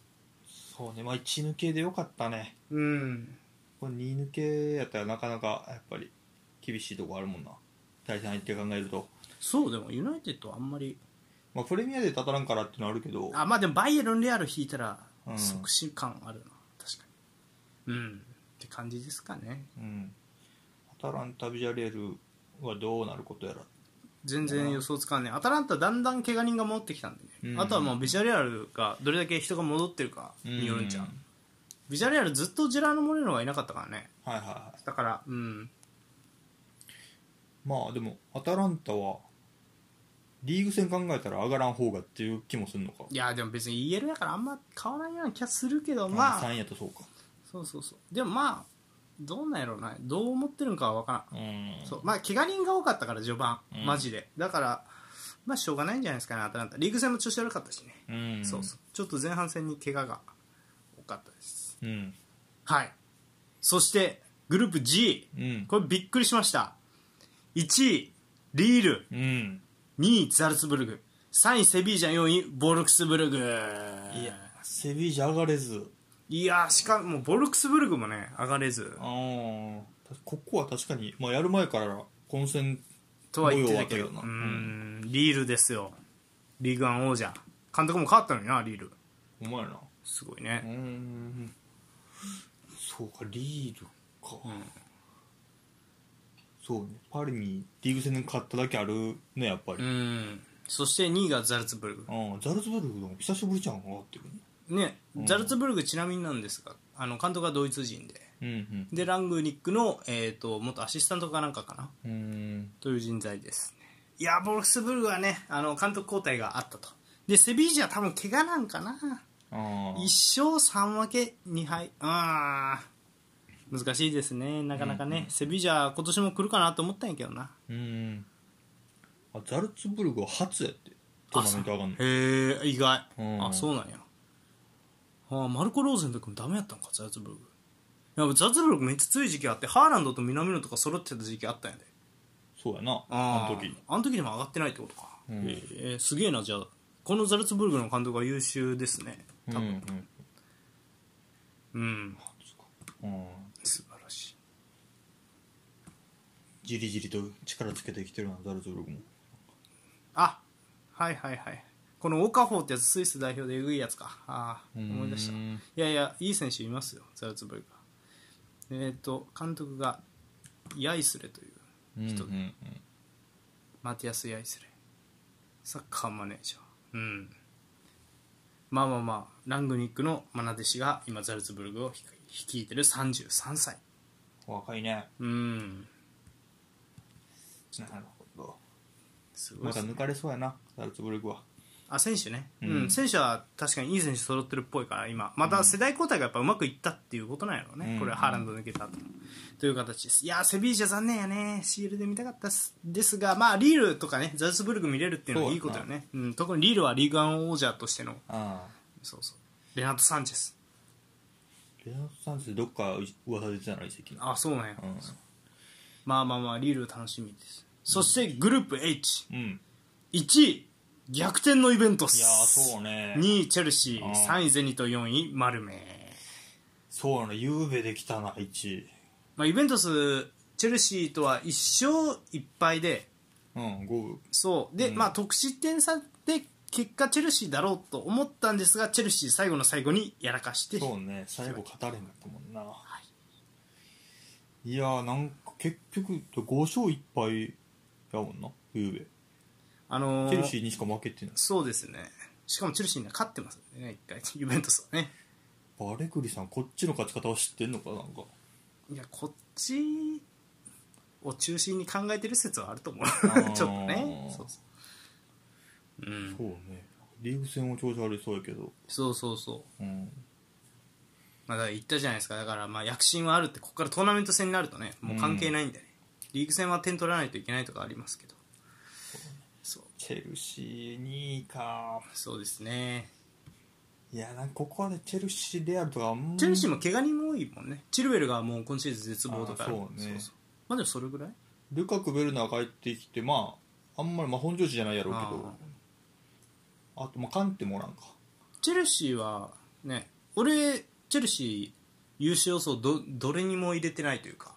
Speaker 2: そうねまあ一抜けでよかったね
Speaker 1: うん
Speaker 2: これ二抜けやったらなかなかやっぱり厳しいとこあるもんな対戦相手考えると
Speaker 1: そうでもユナイテッドはあんまり
Speaker 2: まあプレミアでたたらんからっていうのはあるけど
Speaker 1: あまあでもバイエルン・レアル引いたら
Speaker 2: うん
Speaker 1: 即死感あるな、確かにうんって感じですかね
Speaker 2: うんアタランタビジャレールはどうなることやら
Speaker 1: 全然予想つかんねアタランタだんだん怪我人が戻ってきたんでね、
Speaker 2: うん
Speaker 1: あとはもうビジャレアルがどれだけ人が戻ってるかによるんじゃん、ビジャレアルずっとジェラーノ・モレノがいなかったからね
Speaker 2: はいはいはい
Speaker 1: だからうん
Speaker 2: まあでもアタランタはリーグ戦考えたら上がらん方がっていう気もするのか
Speaker 1: いやでも別に EL だからあんま変わらんような気がするけど
Speaker 2: まあ
Speaker 1: まあ
Speaker 2: 3位やとそうか
Speaker 1: そうそうそうでもまあどうなんやろうなどう思ってるんかは分からん、
Speaker 2: うん
Speaker 1: そうまあ怪我人が多かったから序盤、
Speaker 2: うん
Speaker 1: マジでだからまあしょうがないんじゃないですかねアタランタリーグ戦も調子悪かったしね、
Speaker 2: うん
Speaker 1: そうそうちょっと前半戦に怪我が多かったです
Speaker 2: うん
Speaker 1: はいそしてグループ G
Speaker 2: うん
Speaker 1: これびっくりしました1位リール
Speaker 2: うん
Speaker 1: 2位ザルツブルグ3位セビージャ4位ボルクスブルグ
Speaker 2: いやセビージャ上がれず
Speaker 1: いやーしかもボルクスブルグもね上がれず
Speaker 2: あーここは確かに、まあ、やる前から混戦
Speaker 1: とは言ってたけど
Speaker 2: 模様はあったけどな
Speaker 1: うーんリールですよリーグワン王者監督も変わったのになリール
Speaker 2: お前な
Speaker 1: すごいうね、
Speaker 2: んそうかリールか、そうねパリにリーグ戦で勝っただけあるねやっぱ
Speaker 1: う
Speaker 2: り、
Speaker 1: ん、そして2位がザルツブルグ
Speaker 2: うん、ザルツブルクでも久しぶりじゃん上がってる
Speaker 1: ね、ザルツブルグちなみになんですがあの監督はドイツ人で
Speaker 2: うん
Speaker 1: でラングニックの、えー、と元アシスタントかなんかかな
Speaker 2: うんうん
Speaker 1: という人材ですねいやボルクスブルグはねあの監督交代があったとでセビージャは多分怪我なんかな
Speaker 2: ああ
Speaker 1: 1勝3分け2敗あー難しいですねなかなかね、セビージャ今年も来るかなと思ったんやけどな
Speaker 2: うんあザルツブルクは初やってトーナメント上がんの
Speaker 1: へえ意外、
Speaker 2: うん
Speaker 1: あそうなんやああマルコ・ローゼンの時もダメやったんかザルツブルグいやザルツブルグめっちゃ強い時期あってハーランドと南野とか揃ってた時期あったんやで
Speaker 2: そうやな
Speaker 1: あ
Speaker 2: あの時
Speaker 1: あの時でも上がってないってことか、
Speaker 2: うん
Speaker 1: えーすげえなじゃあこのザルツブルグの監督は優秀ですね
Speaker 2: うん
Speaker 1: 多
Speaker 2: う
Speaker 1: 分
Speaker 2: ん
Speaker 1: うん、
Speaker 2: そうかうん
Speaker 1: 素晴らしい
Speaker 2: じりじりと力つけてきてるなザルツブルクも
Speaker 1: あはいはいはいこのオカホーってやつスイス代表でえぐいやつかああ思い出した
Speaker 2: う
Speaker 1: い
Speaker 2: ん
Speaker 1: やいやいい選手いますよザルツブルクはえっ、と監督がヤイスレという人
Speaker 2: うんうんうん
Speaker 1: マティアス・ヤイスレサッカーマネージャーうんまあまあまあラングニックの愛弟子が今ザルツブルクを率いてる33歳
Speaker 2: 若いね
Speaker 1: うん
Speaker 2: なるほど
Speaker 1: すご
Speaker 2: ま
Speaker 1: い
Speaker 2: た
Speaker 1: ですね
Speaker 2: 抜かれそうやなザルツブルクは
Speaker 1: あ選手ね、う
Speaker 2: うん
Speaker 1: ん選手は確かにいい選手揃ってるっぽいから今また世代交代がやっぱうまくいったっていうことなんやろうね、
Speaker 2: うん
Speaker 1: これはハーランド抜けた後という形ですいやーセビージャ残念やね CL で見たかったっすですがまあリールとかねザルツブルク見れるっていうのはいいことよねう、ん、特にリールはリーグワン王者としての
Speaker 2: ああ
Speaker 1: そうそうレナート・サンチェス
Speaker 2: レナート・サンチェスどっか噂出てたの遺跡の
Speaker 1: あそうなんや、
Speaker 2: うん
Speaker 1: まあまあまあリール楽しみですそしてグループ H1
Speaker 2: うん
Speaker 1: 位逆転のイベントス
Speaker 2: いやーそうね
Speaker 1: 2位チェルシー
Speaker 2: あー
Speaker 1: 3位ゼニと4位マルメ
Speaker 2: そうなのゆうべできたな1位
Speaker 1: まあ、イベントスチェルシーとは1勝1敗で
Speaker 2: うん五分
Speaker 1: そうで、
Speaker 2: うん
Speaker 1: まあ、得失点差で結果チェルシーだろうと思ったんですがチェルシー最後の最後にやらかして
Speaker 2: そうね最後勝たれんかったもんな、い、やーなんか結局5勝1敗やもんなゆうべ
Speaker 1: あのー
Speaker 2: チェルシーにしか負けてない
Speaker 1: そうですねしかもチェルシーには勝ってますんでね1回イベントスはね
Speaker 2: バレクリさんこっちの勝ち方は知ってんのかなんか
Speaker 1: いやこっちを中心に考えてる説はあると思う
Speaker 2: ー
Speaker 1: ちょっとねそうそう,、うん、
Speaker 2: そうねリーグ戦も調子悪いそうやけど
Speaker 1: そうそうそう
Speaker 2: うん
Speaker 1: まあ、だから言ったじゃないですかだからまあ躍進はあるってここからトーナメント戦になるとねもう関係ないんでね、リーグ戦は点取らないといけないとかありますけどそう,、
Speaker 2: チェルシー2位か
Speaker 1: そうですね
Speaker 2: いやなんかここはねチェルシーレアルとかあんま
Speaker 1: チェルシーも怪我人も多いもんねチルウェルがもう今シーズン絶望とか
Speaker 2: あーそうね
Speaker 1: まあでもそれぐらい
Speaker 2: ルカク・ベルナー帰ってきてまああんまりまあ本調子じゃないやろうけどあとまあカンテもおらんか
Speaker 1: チェルシーはね俺チェルシー優勝予想どどれにも入れてないというか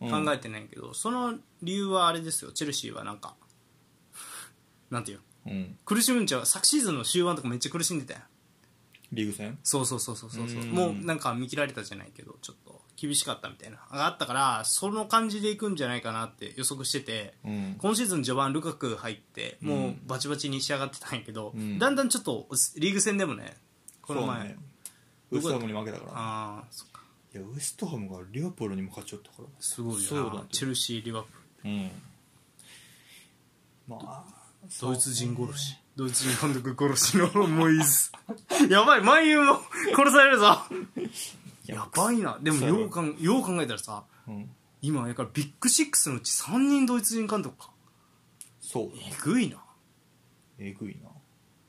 Speaker 2: うん
Speaker 1: 考えてないけど、その理由はあれですよチェルシーはなんかなんていうの
Speaker 2: うん
Speaker 1: 苦しむんちゃう昨シーズンの終盤とかめっちゃ苦しんでたやん
Speaker 2: リーグ戦
Speaker 1: そうそうそうそうそうそう
Speaker 2: うん
Speaker 1: もうなんか見切られたじゃないけどちょっと厳しかったみたいながあったからその感じでいくんじゃないかなって予測してて
Speaker 2: うん
Speaker 1: 今シーズン序盤ルカク入ってもううんバチバチに仕上がってたんやけど、
Speaker 2: うん
Speaker 1: だんだんちょっとリーグ戦でもねこの前、
Speaker 2: そうねウエストハムに負けたから
Speaker 1: ああそっか
Speaker 2: いやウエストハムがリバプールにも勝ちよったから
Speaker 1: すごい
Speaker 2: そうだ
Speaker 1: な
Speaker 2: ね
Speaker 1: チェルシーリバプール
Speaker 2: うんまあ
Speaker 1: ドイツ人殺しドイツ人監督殺しのモイーズ やばい万有も殺される ぞやばいなでもようかんよう考えたらさ
Speaker 2: うん
Speaker 1: 今やからビッグシックスのうち3人ドイツ人監督か
Speaker 2: そう
Speaker 1: えぐいな
Speaker 2: えぐいな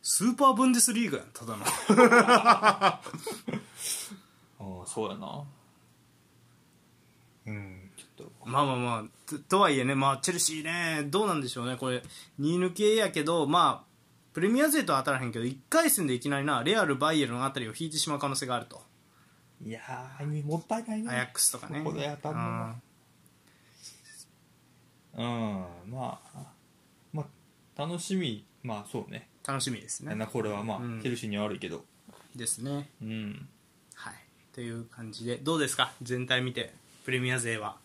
Speaker 1: スーパーブンデスリーガやんただの
Speaker 2: ああそうやな
Speaker 1: うん
Speaker 2: ちょっと
Speaker 1: まあまあまあととはいえね、まあ、チェルシーねどうなんでしょうねこれ2抜けやけどまあプレミア勢とは当たらへんけど1回戦でいきなりなレアルバイエルンあたりを引いてしまう可能性があると
Speaker 2: いやーもったいない
Speaker 1: アヤッ
Speaker 2: な
Speaker 1: クスとかね
Speaker 2: ここで当たんのはうんまあまあ楽しみまあそうね
Speaker 1: うん楽しみですね
Speaker 2: なこれはまあ、
Speaker 1: うん
Speaker 2: チェルシーには悪いけど
Speaker 1: ですね
Speaker 2: うん
Speaker 1: はいという感じでどうですか全体見てプレミア勢は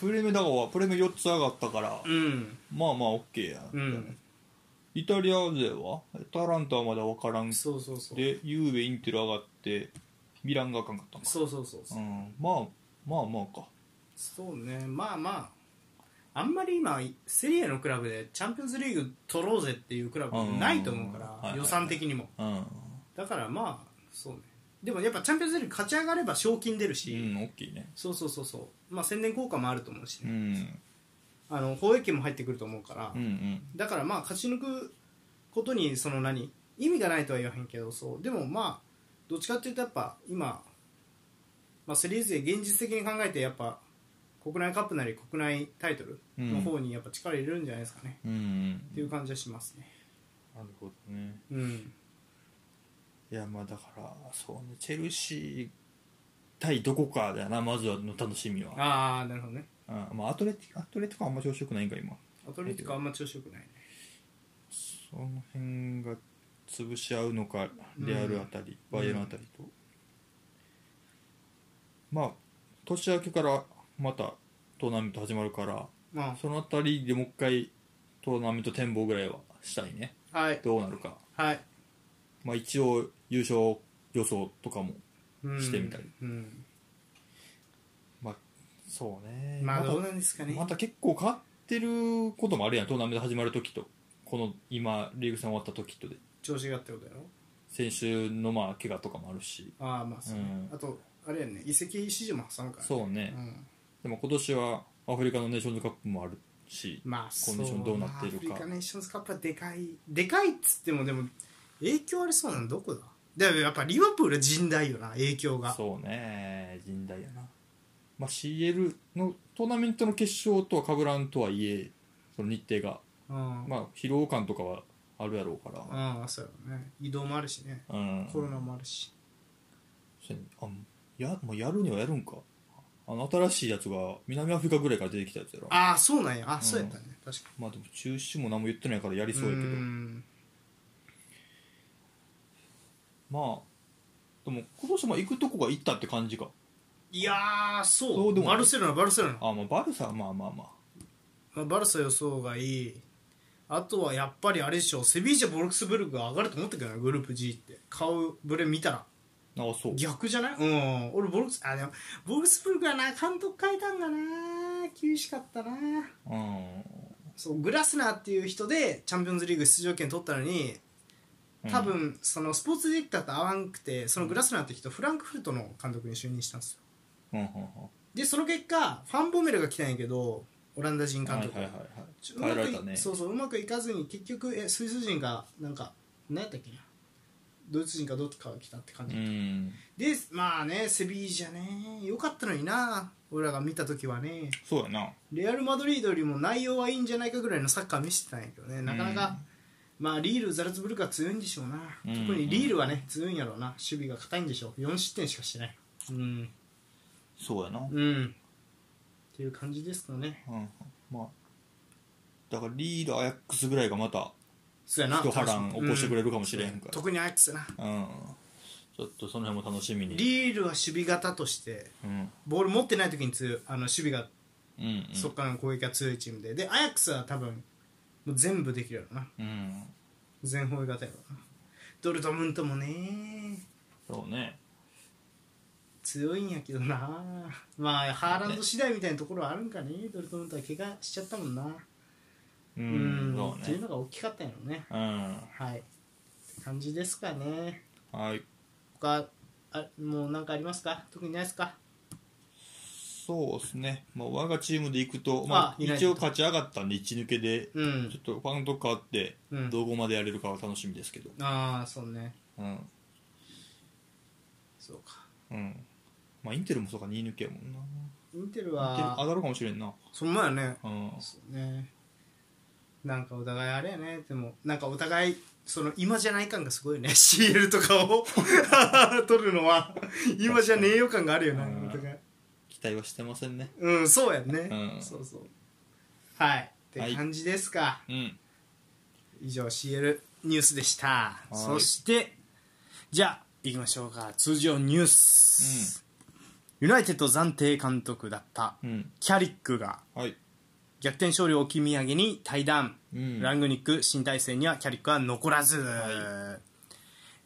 Speaker 2: プレミアだからプレミア4つ上がったから、
Speaker 1: うん
Speaker 2: まあまあ OK や、
Speaker 1: うん
Speaker 2: イタリア勢はアタランタはまだ分からん
Speaker 1: そうそうそう
Speaker 2: でゆうべインテル上がってミランがあかんかったんか
Speaker 1: そうそうそうそう
Speaker 2: う、ん、まあまあまあか
Speaker 1: そうねまあまああんまり今セリエのクラブでチャンピオンズリーグ取ろうぜっていうクラブないと思うか
Speaker 2: うんはいはい
Speaker 1: ら
Speaker 2: はい
Speaker 1: 予算的にも
Speaker 2: うん
Speaker 1: だからまあそうねでもやっぱチャンピオンズリーグ勝ち上がれば賞金出る
Speaker 2: う
Speaker 1: し、
Speaker 2: ん大きいね
Speaker 1: そうそうそうそうまあ宣伝効果もあると思うし
Speaker 2: う
Speaker 1: ね、
Speaker 2: ん
Speaker 1: あの放映権も入ってくると思うから、
Speaker 2: うんうん
Speaker 1: だからまあ勝ち抜くことにその何意味がないとは言わへんけどそうでもまあどっちかっていうとやっぱ今、まあ、セリーズで現実的に考えてやっぱ国内カップなり国内タイトルの方にやっぱ力入れるんじゃないですかね、
Speaker 2: うんうん
Speaker 1: っていう感じはしますね
Speaker 2: なるほどね
Speaker 1: うん
Speaker 2: いやまあだからそうねチェルシー対どこかだよなまずはの楽しみは
Speaker 1: ああなるほどね
Speaker 2: うんまあ、アトレティアトレティコはあんま調子よくないんか今
Speaker 1: アトレティコあんま調子よくないね
Speaker 2: その辺が潰し合うのかレアルあたり、バイエルンあたりと、まあ年明けからまたトーナメント始まるから
Speaker 1: うん
Speaker 2: そのあたりでもう一回トーナメント展望ぐらいはしたいね
Speaker 1: はい
Speaker 2: どうなるか
Speaker 1: はい
Speaker 2: まあ一応優勝予想とかも
Speaker 1: うん
Speaker 2: してみたい
Speaker 1: うん
Speaker 2: まあそうね
Speaker 1: まあ
Speaker 2: また
Speaker 1: どうなんですかね
Speaker 2: また結構変わってることもあるやんトーナメント始まる時とこの今リーグ戦終わった時とで
Speaker 1: 調子がってことやろ
Speaker 2: 先週のまあ怪我とかもあるし
Speaker 1: ああまあそうね
Speaker 2: うん
Speaker 1: あとあれやね移籍市場も挟むからね
Speaker 2: そうね、
Speaker 1: うん
Speaker 2: でも今年はアフリカのネーションズカップもあるし
Speaker 1: まあ
Speaker 2: コンディションどうなっているか
Speaker 1: そうまあアフリカネーションズカップはでかいでかいっつってもでも影響ありそうなのどこだでもやっぱリバプールは甚大よな影響が
Speaker 2: そうね甚大やな、まあ、CL のトーナメントの決勝とは被らんとはいえその日程が、
Speaker 1: うん
Speaker 2: まあ、疲労感とかはあるやろうから
Speaker 1: ああそうだね移動もあるしね
Speaker 2: うん
Speaker 1: コロナもあるし
Speaker 2: そうやねあやもうやるにはやるんかあの新しいやつが南アフリカぐらいから出てきたやつやろ
Speaker 1: ああそうなんやあそうやったね確か
Speaker 2: まあでも中止も何も言ってないからやり
Speaker 1: に
Speaker 2: そうやけど
Speaker 1: ん
Speaker 2: まあでも今年も行くとこが行ったって感じか
Speaker 1: いやーそう
Speaker 2: どうでもない
Speaker 1: バルセロナバルセロナ
Speaker 2: あまあバルサはまあまあまあ
Speaker 1: まあ、バルサ予想がいいあとはやっぱりあれでしょセビージャボルクスブルクが上がると思ったけどなグループ G って顔ぶれ見たら
Speaker 2: あそう
Speaker 1: 逆じゃないうん俺ボルクスあでもボルクスブルクがな監督変えたんだな厳しかったな
Speaker 2: うん
Speaker 1: そうグラスナーっていう人でチャンピオンズリーグ出場権取ったのに多分、そのスポーツディレクターと合わんくてそのグラスナーって人フランクフルトの監督に就任したんですよ
Speaker 2: うん、うんうん
Speaker 1: でその結果ファンボメルが来たんやけどオランダ人
Speaker 2: うん、は
Speaker 1: 監
Speaker 2: いは
Speaker 1: 督、
Speaker 2: いはいはい
Speaker 1: ちょう
Speaker 2: 変え
Speaker 1: ま
Speaker 2: ら
Speaker 1: く
Speaker 2: れ
Speaker 1: い
Speaker 2: たね
Speaker 1: そうそううまくいかずに結局えスイス人がなんか何やったっけなドイツ人かどっちかが来たって感
Speaker 2: う
Speaker 1: じ、
Speaker 2: ん
Speaker 1: でまあねセビージャねよかったのにな俺らが見た時はね
Speaker 2: そうやな
Speaker 1: レアル・マドリードよりも内容はいいんじゃないかぐらいのサッカー見せてたんやけどねなかなか、まあリールザルツブルクは強いんでしょうな、
Speaker 2: うん
Speaker 1: 特にリールはね強いんやろうな守備が硬いんでしょう4失点しかしてないうん
Speaker 2: そうやな、うん
Speaker 1: うんっていう感じですかね
Speaker 2: まあだからリードアヤックスぐらいがまた
Speaker 1: そうやな
Speaker 2: 一波乱起こしてくれるかもしれへ
Speaker 1: うんん
Speaker 2: から、
Speaker 1: 特にあいつな
Speaker 2: うんちょっとその辺も楽しみに
Speaker 1: リールは守備型として
Speaker 2: うん
Speaker 1: ボール持ってない時に強いあの守備が
Speaker 2: うんうん
Speaker 1: そっからの攻撃が強いチームで、でアヤックスは多分もう全部できるやろな
Speaker 2: うん
Speaker 1: 全方位型やろなドルトムントもね
Speaker 2: そうね
Speaker 1: 強いんやけどなまあハーランド次第みたいなところはあるんかねドルトムントは怪我しちゃったもんな
Speaker 2: う
Speaker 1: うん
Speaker 2: そう
Speaker 1: っていう
Speaker 2: ね
Speaker 1: のが大きかったんやろね
Speaker 2: うん
Speaker 1: はいって感じですかね
Speaker 2: はい
Speaker 1: 他あもう何かありますか特にないですか
Speaker 2: そうですね、まあ、我がチームで行くと、まあ
Speaker 1: あ、いない
Speaker 2: 一応勝ち上がったんで1抜けで、
Speaker 1: う
Speaker 2: ちょ
Speaker 1: ん
Speaker 2: っと監督変わって
Speaker 1: うん
Speaker 2: どこまでやれるかは楽しみですけど
Speaker 1: ああそうね
Speaker 2: うん、
Speaker 1: そうか
Speaker 2: うん、まあインテルもそうか2抜けやもんな
Speaker 1: インテル
Speaker 2: インテル
Speaker 1: は
Speaker 2: 上がるかもしれんな
Speaker 1: そんまやね
Speaker 2: うん
Speaker 1: そうねなんかお互いあれやねでもなんかお互いその今じゃない感がすごいね CL とかを 取るのは今じゃねえよ感があるよね
Speaker 2: うん
Speaker 1: お互い
Speaker 2: 期待はしてませんね
Speaker 1: うんそうやんね、
Speaker 2: うん
Speaker 1: そうそうはいって感じですか、
Speaker 2: うん
Speaker 1: 以上 CL ニュースでした
Speaker 2: い
Speaker 1: そしてじゃあ行きましょうか通常ニュース、ユナイテッド暫定監督だった
Speaker 2: うん
Speaker 1: キャリックが
Speaker 2: はい
Speaker 1: 逆転勝利を置き土産に対談、
Speaker 2: うん
Speaker 1: ラングニック新体制にはキャリックは残らず、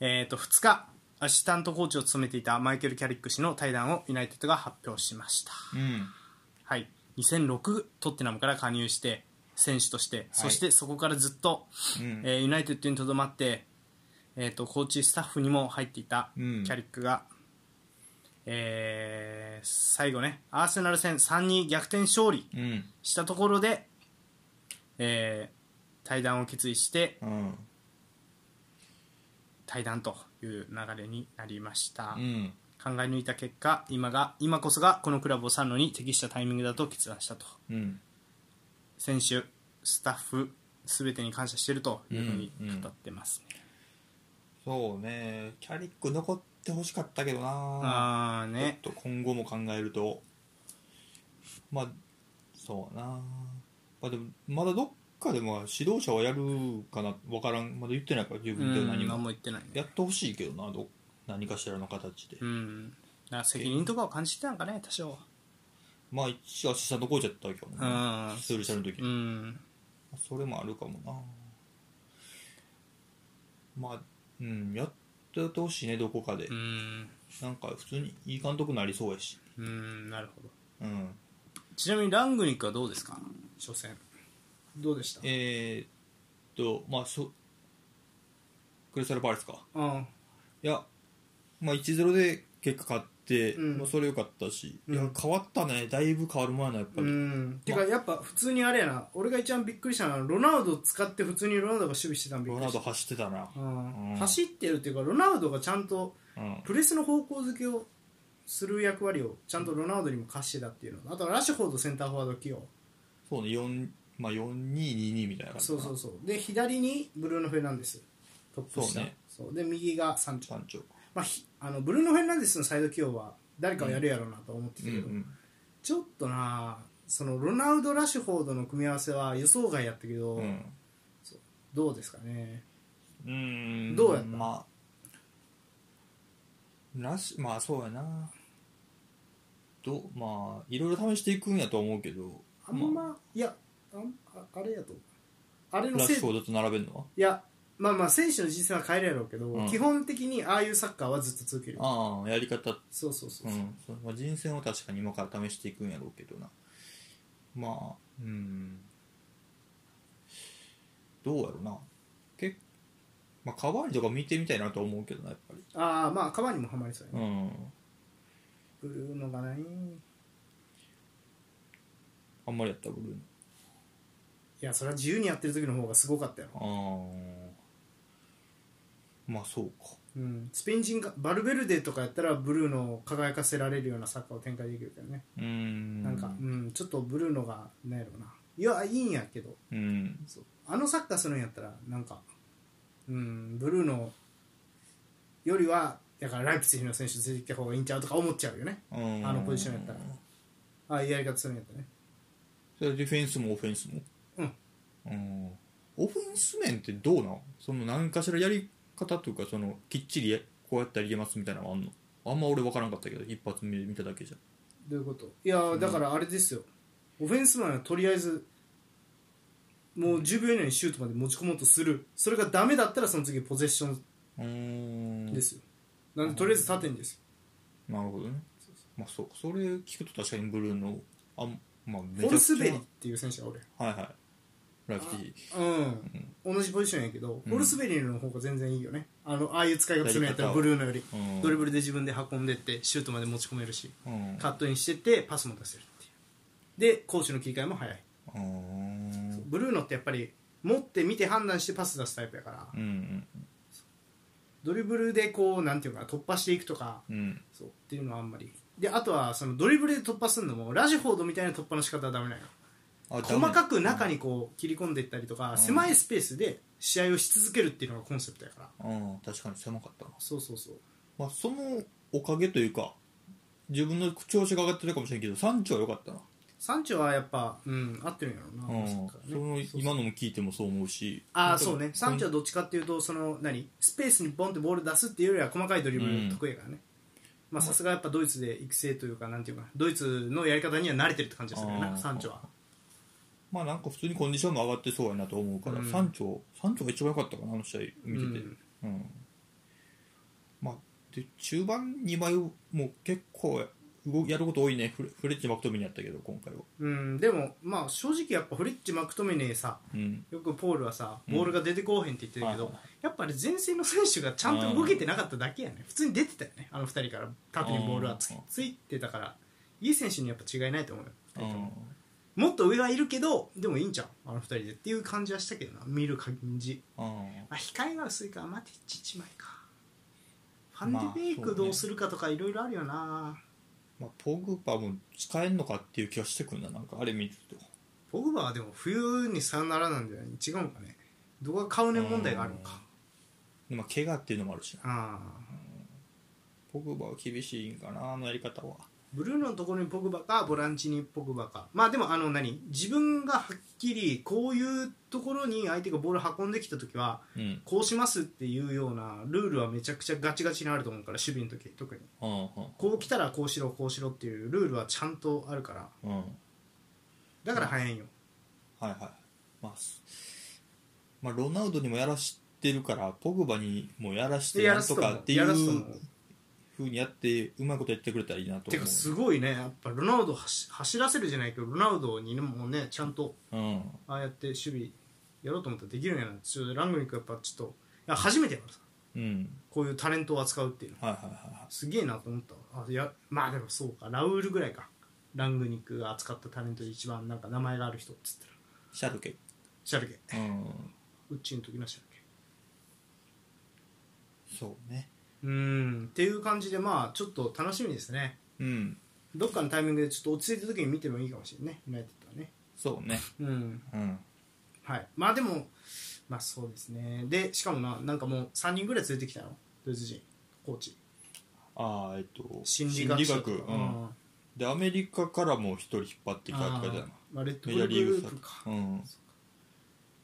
Speaker 1: えー、と2日アシスタントコーチを務めていたマイケル・キャリック氏の対談をユナイテッドが発表しました、
Speaker 2: うん
Speaker 1: はい、2006トッテナムから加入して選手として、そしてそこからずっと、
Speaker 2: うん
Speaker 1: えーユナイテッドにとどまって、えー、とコーチスタッフにも入っていたキ
Speaker 2: うん
Speaker 1: ャリックが、えー最後ねアーセナル戦3-2逆転勝利
Speaker 2: うん
Speaker 1: したところで、えー対談を決意して
Speaker 2: うん
Speaker 1: 対談という流れになりました、
Speaker 2: うん
Speaker 1: 考え抜いた結果今が今こそがこのクラブを去るのに適したタイミングだと決断したと
Speaker 2: うん
Speaker 1: 選手スタッフ全てに感謝しているというふうに語ってますね、
Speaker 2: そうねキャリック残ってほしかったけどな
Speaker 1: ああね
Speaker 2: ちょっと今後も考えるとまあそうやなまあでもまだどっかでも指導者はやるかな分からんまだ言ってないから自
Speaker 1: う
Speaker 2: 分で
Speaker 1: ん
Speaker 2: 何も
Speaker 1: 何も言ってないね
Speaker 2: やってほしいけどなど何かしらの形で、
Speaker 1: うんだから責任とかを感じてたんかね多少
Speaker 2: まあ一応アシスタントコーチやったわけやもんな、
Speaker 1: うん
Speaker 2: ストール社の時
Speaker 1: う、ん
Speaker 2: それもあるかもなまあうんやっててほしいねどこかで、
Speaker 1: うん
Speaker 2: なんか普通にいい監督になりそうやし
Speaker 1: うんなるほど
Speaker 2: うん
Speaker 1: ちなみにラングニックはどうですか初戦どうでした
Speaker 2: えー、っとまあそクリスタルパレスか
Speaker 1: うん
Speaker 2: いや、まあ、1-0で結果勝って、
Speaker 1: うん
Speaker 2: まあ、それ良かったし、
Speaker 1: うん
Speaker 2: いや変わったねだいぶ変わる前のやっぱ
Speaker 1: う
Speaker 2: り、
Speaker 1: んてかやっぱ普通にあれやな俺が一番びっくりしたのはロナウド使って普通にロナウドが守備してたのびっ
Speaker 2: ロ
Speaker 1: く
Speaker 2: ナ
Speaker 1: り
Speaker 2: ウ
Speaker 1: し
Speaker 2: ド
Speaker 1: た
Speaker 2: 走ってたな、
Speaker 1: うん
Speaker 2: うん
Speaker 1: 走ってるっていうかロナウドがちゃんと
Speaker 2: うん
Speaker 1: プレスの方向づけをする役割をちゃんとロナウドにも課してたっていうのあとはラッシュフォードセンターフォワード起用
Speaker 2: そうね4、まあ、4222みたいな感じ
Speaker 1: そうそうそうで左にブルーノ・フェルナンデストップ下
Speaker 2: そうね
Speaker 1: そうで右がサンチョ、
Speaker 2: 三丁
Speaker 1: まあ、ひあのブルーノ・フェルナンデスのサイド起用は誰かはやるやろうなと思ってた
Speaker 2: うん
Speaker 1: け
Speaker 2: う
Speaker 1: ど、
Speaker 2: ん
Speaker 1: ちょっとなそのロナウド・ラッシュフォードの組み合わせは予想外やったけど、
Speaker 2: うん
Speaker 1: どうですかね
Speaker 2: うーん
Speaker 1: どうやった
Speaker 2: まあらしまあそうやなどうまあいろいろ試していくんやとは思うけど
Speaker 1: あんま、
Speaker 2: ま
Speaker 1: いやあんああれやとあれ
Speaker 2: あ
Speaker 1: の
Speaker 2: ラッ
Speaker 1: せ
Speaker 2: シ
Speaker 1: い
Speaker 2: ュフォードと並べるのはい
Speaker 1: やまあまあ選手の人生は変えるやろうけど、
Speaker 2: うん
Speaker 1: 基本的にああいうサッカーはずっと続ける
Speaker 2: ああやり方
Speaker 1: そうそうそうう、
Speaker 2: んそうまあ、人選を確かに今から試していくんやろうけどなまあうんどうやろうな結まあカバーニとか見てみたいなとは思うけどなやっぱり
Speaker 1: ああまあカバーにもハマりそうや
Speaker 2: う
Speaker 1: ね、
Speaker 2: ん
Speaker 1: ブルーノがないい
Speaker 2: あんまりやったらブルー
Speaker 1: やそれは自由にやってる時の方がすごかったよ、
Speaker 2: ノああまあそうか
Speaker 1: うん、スペイン人がバルベルデとかやったらブルーノを輝かせられるようなサッカーを展開できるけどね、
Speaker 2: うーん
Speaker 1: なんか、うん、ちょっとブルーノがなんやろうないやいいんやけど
Speaker 2: うん
Speaker 1: そうあのサッカーするんやったらなんかうんブルーノよりはだからライプツィヒの選手出てきた方がいいんちゃうとか思っちゃうよね
Speaker 2: うん
Speaker 1: あのポジションやったらああいうやり方するんやったらね
Speaker 2: それディフェンスもオフェンスも
Speaker 1: うん
Speaker 2: うんオフェンス面ってどうなんその何かしらやり方というかそのきっちりやこうやってやりますみたいなのはあんのあんま俺分からんかったけど一発目見ただけじゃ
Speaker 1: どういうこといやーだからあれですよ、オフェンスマンはとりあえずもう10秒以内にシュートまで持ち込もうとするそれがダメだったらその次ポゼッション
Speaker 2: うーん
Speaker 1: ですよ、なんでとりあえず縦にですよ
Speaker 2: なるほどねまあそうそれ聞くと確かにブルーのあんまあめ
Speaker 1: ホルスベリ
Speaker 2: は
Speaker 1: ーっていう選手が俺
Speaker 2: いはいラフティ
Speaker 1: うん、同じポジションやけど、ホルスベリーの方が全然いいよねあのああいう使い方するんやったら
Speaker 2: やり方は
Speaker 1: ブルーノより、
Speaker 2: うん
Speaker 1: ドリブルで自分で運んでってシュートまで持ち込めるし
Speaker 2: うん
Speaker 1: カットインしてってパスも出せるっていうで攻守の切り替えも早い、
Speaker 2: うん
Speaker 1: ブルーノってやっぱり持って見て判断してパス出すタイプやから、
Speaker 2: うん
Speaker 1: ドリブルでこうなんていうかな突破していくとか
Speaker 2: うん
Speaker 1: そうっていうのはあんまりであとはそのドリブルで突破するのもラジフォードみたいな突破の仕方はダメなの細か
Speaker 2: く
Speaker 1: く中にこう切り込んでいったりとか、狭いスペースで試合をし続けるっていうのがコンセプトやから
Speaker 2: うん確かに狭かったな
Speaker 1: そうそうそう
Speaker 2: まあ、そのおかげというか自分の調子が上がってるかもしれんけど山頂は良かったな、
Speaker 1: サンチョはやっぱ、うん、合ってるんやろうな、
Speaker 2: うん
Speaker 1: サッ
Speaker 2: そ
Speaker 1: カーね
Speaker 2: の今のも聞いてもそう思うし
Speaker 1: ああそうね
Speaker 2: 本当
Speaker 1: サンチョはどっちかっていうとその何スペースにボンってボール出すっていうよりは細かいドリブル得意やからね、まあさすがやっぱドイツで育成というかなんていうかドイツのやり方には慣れてるって感じがするよ
Speaker 2: あ
Speaker 1: な
Speaker 2: ー
Speaker 1: サンチョは
Speaker 2: まあなんか普通にコンディションも上がってそうやなと思うから、
Speaker 1: うん
Speaker 2: 山頂山頂が一番良かったかなあの試合見
Speaker 1: う
Speaker 2: てて、
Speaker 1: ん
Speaker 2: うんまあで中盤2枚もう結構動やること多いねフレフレッチマクトミニやったけど今回は
Speaker 1: うんでもまあ正直やっぱフレッチ・マクトミネーさ
Speaker 2: うん
Speaker 1: よくポールはさボールが出てこうへんって言ってるけど、
Speaker 2: うんはい
Speaker 1: やっぱり前線の選手がちゃんと動けてなかっただけやね普通に出てたよねあの2人から縦にボールはつき
Speaker 2: うん
Speaker 1: ついてたからいい選手にやっぱ違いないと思うよ
Speaker 2: うん
Speaker 1: もっと上はいるけどでもいいんじゃんあの二人でっていう感じはしたけどな見る感じ
Speaker 2: うん
Speaker 1: あ控えが薄いからマティッチ一枚かファンデベイクどうするかとかいろいろあるよな、
Speaker 2: まあ、ポグバも使えんのかっていう気がしてくるななんかあれ見ると
Speaker 1: ポグバはでも冬にさよならなんじゃない違うのかねどこが買うね問題があるのか
Speaker 2: でまあ怪我っていうのもあるしな
Speaker 1: ああ
Speaker 2: ポグバは厳しいんかなあのやり方は
Speaker 1: ブルーノのところにポグバかボランチにポグバかまあでもあの何自分がはっきりこういうところに相手がボール運んできた時は
Speaker 2: うん
Speaker 1: こうしますっていうようなルールはめちゃくちゃガチガチにあると思うから守備の時特に
Speaker 2: うん
Speaker 1: こう来たらこうしろこうしろっていうルールはちゃんとあるから
Speaker 2: うんうん
Speaker 1: だから早いんよ、
Speaker 2: はいはいまあ、すまあロナウドにもやらしてるからポグバにもやらし
Speaker 1: で
Speaker 2: て
Speaker 1: や
Speaker 2: な
Speaker 1: ら
Speaker 2: ん
Speaker 1: す
Speaker 2: と
Speaker 1: と
Speaker 2: か
Speaker 1: 思
Speaker 2: って
Speaker 1: う
Speaker 2: い
Speaker 1: やらすと
Speaker 2: う
Speaker 1: 思う
Speaker 2: ふうにやってうまいことやってくれたらいいなと
Speaker 1: て
Speaker 2: 思
Speaker 1: か
Speaker 2: う
Speaker 1: すごいねやっぱロナウド走走らせるじゃないけどロナウドにもねちゃんと
Speaker 2: うん
Speaker 1: ああやって守備やろうと思ったらできるんやなちょっとラングニックやっぱちょっといや初めてやからさ
Speaker 2: うん
Speaker 1: こういうタレントを扱うっていうの
Speaker 2: はいはいはいはい
Speaker 1: すげえなと思ったわあいやまあでもそうかラウールぐらいかラングニックが扱ったタレントで一番なんか名前がある人っつったら
Speaker 2: シャルケ
Speaker 1: シャルケ
Speaker 2: うん
Speaker 1: うちの時のシャルケ
Speaker 2: そうね
Speaker 1: うーんっていう感じでまあちょっと楽しみですね
Speaker 2: うん
Speaker 1: どっかのタイミングでちょっと落ち着いた時に見てもいいかもしれないねユナイテッドはね
Speaker 2: そうね
Speaker 1: うん
Speaker 2: うん
Speaker 1: はいまあでもまあそうですねでしかもななんかもう3人ぐらい連れてきたのドイツ人コーチ
Speaker 2: ああえっと
Speaker 1: 心理学者とか
Speaker 2: うん、でアメリカからも一人引っ張ってきたって書いてあるな
Speaker 1: まあ、レッド
Speaker 2: メ
Speaker 1: ブル
Speaker 2: ジャー
Speaker 1: グ
Speaker 2: リーグ
Speaker 1: ル
Speaker 2: サ
Speaker 1: ー
Speaker 2: ッ
Speaker 1: プ
Speaker 2: カ
Speaker 1: か
Speaker 2: ーうんはい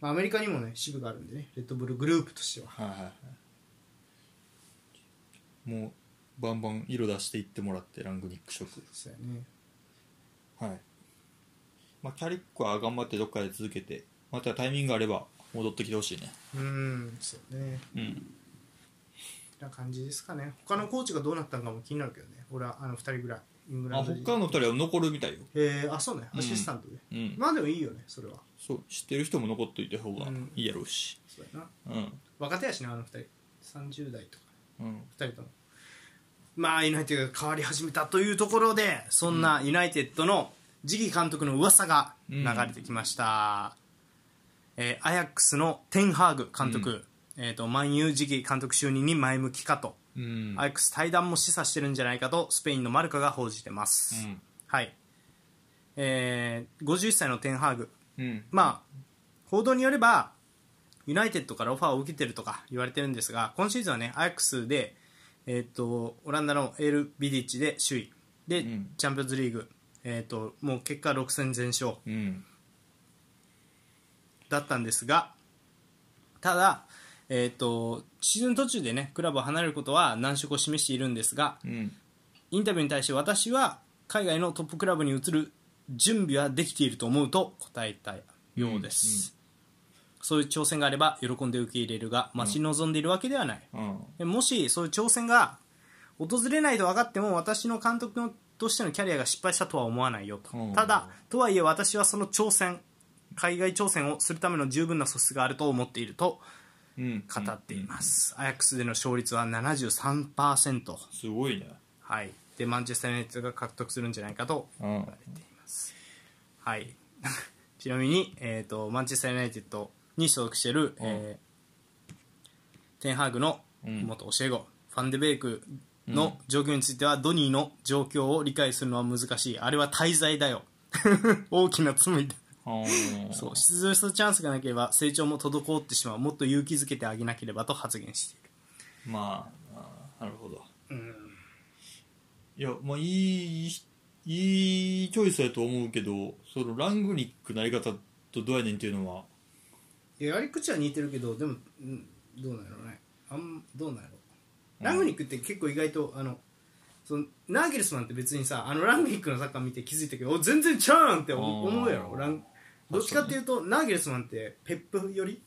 Speaker 1: まあ、アメリカにもね支部があるんでねレッドブルグループとしては
Speaker 2: はいはいもうバンバン色出していってもらってラングニック色
Speaker 1: そうやね
Speaker 2: はいまあキャリックは頑張ってどっかで続けてまたタイミングがあれば戻ってきてほしいね
Speaker 1: うんそうね
Speaker 2: うん
Speaker 1: な感じですかね他のコーチがどうなったんかも気になるけどね俺はあの2人ぐらいイングラ
Speaker 2: あ
Speaker 1: ンド人
Speaker 2: 他の2人は残るみたいよ
Speaker 1: えー、あそうね
Speaker 2: うん
Speaker 1: アシスタントで、
Speaker 2: うん
Speaker 1: まあでもいいよねそれは
Speaker 2: そう知ってる人も残っといた方がいいやろうし
Speaker 1: そうやな
Speaker 2: うん
Speaker 1: 若手やしねあの2人30代とか
Speaker 2: うん
Speaker 1: 2人ともまあユナイテッドが変わり始めたというところでそんなユナイテッドの次期監督の噂が流れてきました、えーアヤックスのテンハーグ監督、えー、と万有次期監督就任に前向きかと、
Speaker 2: うん
Speaker 1: アヤックス対談も示唆してるんじゃないかとスペインのマルカが報じてます、
Speaker 2: うん
Speaker 1: はいえー51歳のテンハーグ
Speaker 2: うん
Speaker 1: まあ、報道によればユナイテッドからオファーを受けてるとか言われてるんですが今シーズンはねアヤックスで、えー、とオランダのエール・ビディッチで首位で、
Speaker 2: ん
Speaker 1: チャンピオンズリーグ、えー、ともう結果6戦全勝
Speaker 2: うん
Speaker 1: だったんですがただ、えー、とシーズン途中でねクラブを離れることは難色を示しているんですが
Speaker 2: うん
Speaker 1: インタビューに対して私は海外のトップクラブに移る準備はできていると思うと答えたようです、そういう挑戦があれば喜んで受け入れるが待ち望んでいるわけではない、
Speaker 2: うん
Speaker 1: でもしそういう挑戦が訪れないと分かっても私の監督のとしてのキャリアが失敗したとは思わないよと、
Speaker 2: うん
Speaker 1: ただとはいえ私はその挑戦海外挑戦をするための十分な素質があると思っていると
Speaker 2: うん
Speaker 1: 語っています、アヤックスでの勝率は73%、
Speaker 2: すごいね
Speaker 1: はい、でマンチェスター・ユナイテッドが獲得するんじゃないかと
Speaker 2: うん
Speaker 1: はい ちなみに、えー、とマンチェスター・ユナイテッドに所属している、えーテンハーグの
Speaker 2: ん
Speaker 1: 元教え子、ファンデベイクの状況については、ドニーの状況を理解するのは難しいあれは滞在だよ 大きな罪だ
Speaker 2: あー
Speaker 1: そう出場したチャンスがなければ成長も滞ってしまうもっと勇気づけてあげなければと発言している
Speaker 2: まああーなるほどいやまあいいいいチョイスやと思うけどそのラングニックなり方とどうやねんっていうのはい
Speaker 1: ややり口は似てるけどでも、うん、どうなんやろうねあんどうなんやろうラングニックって結構意外とあのそのナーゲルスマンって別にさあのラングニックのサッカー見て気づいたけどお全然ちゃうやんって思
Speaker 2: うん
Speaker 1: 思うやろランどっちかっていうとナーゲルスマンってペップより、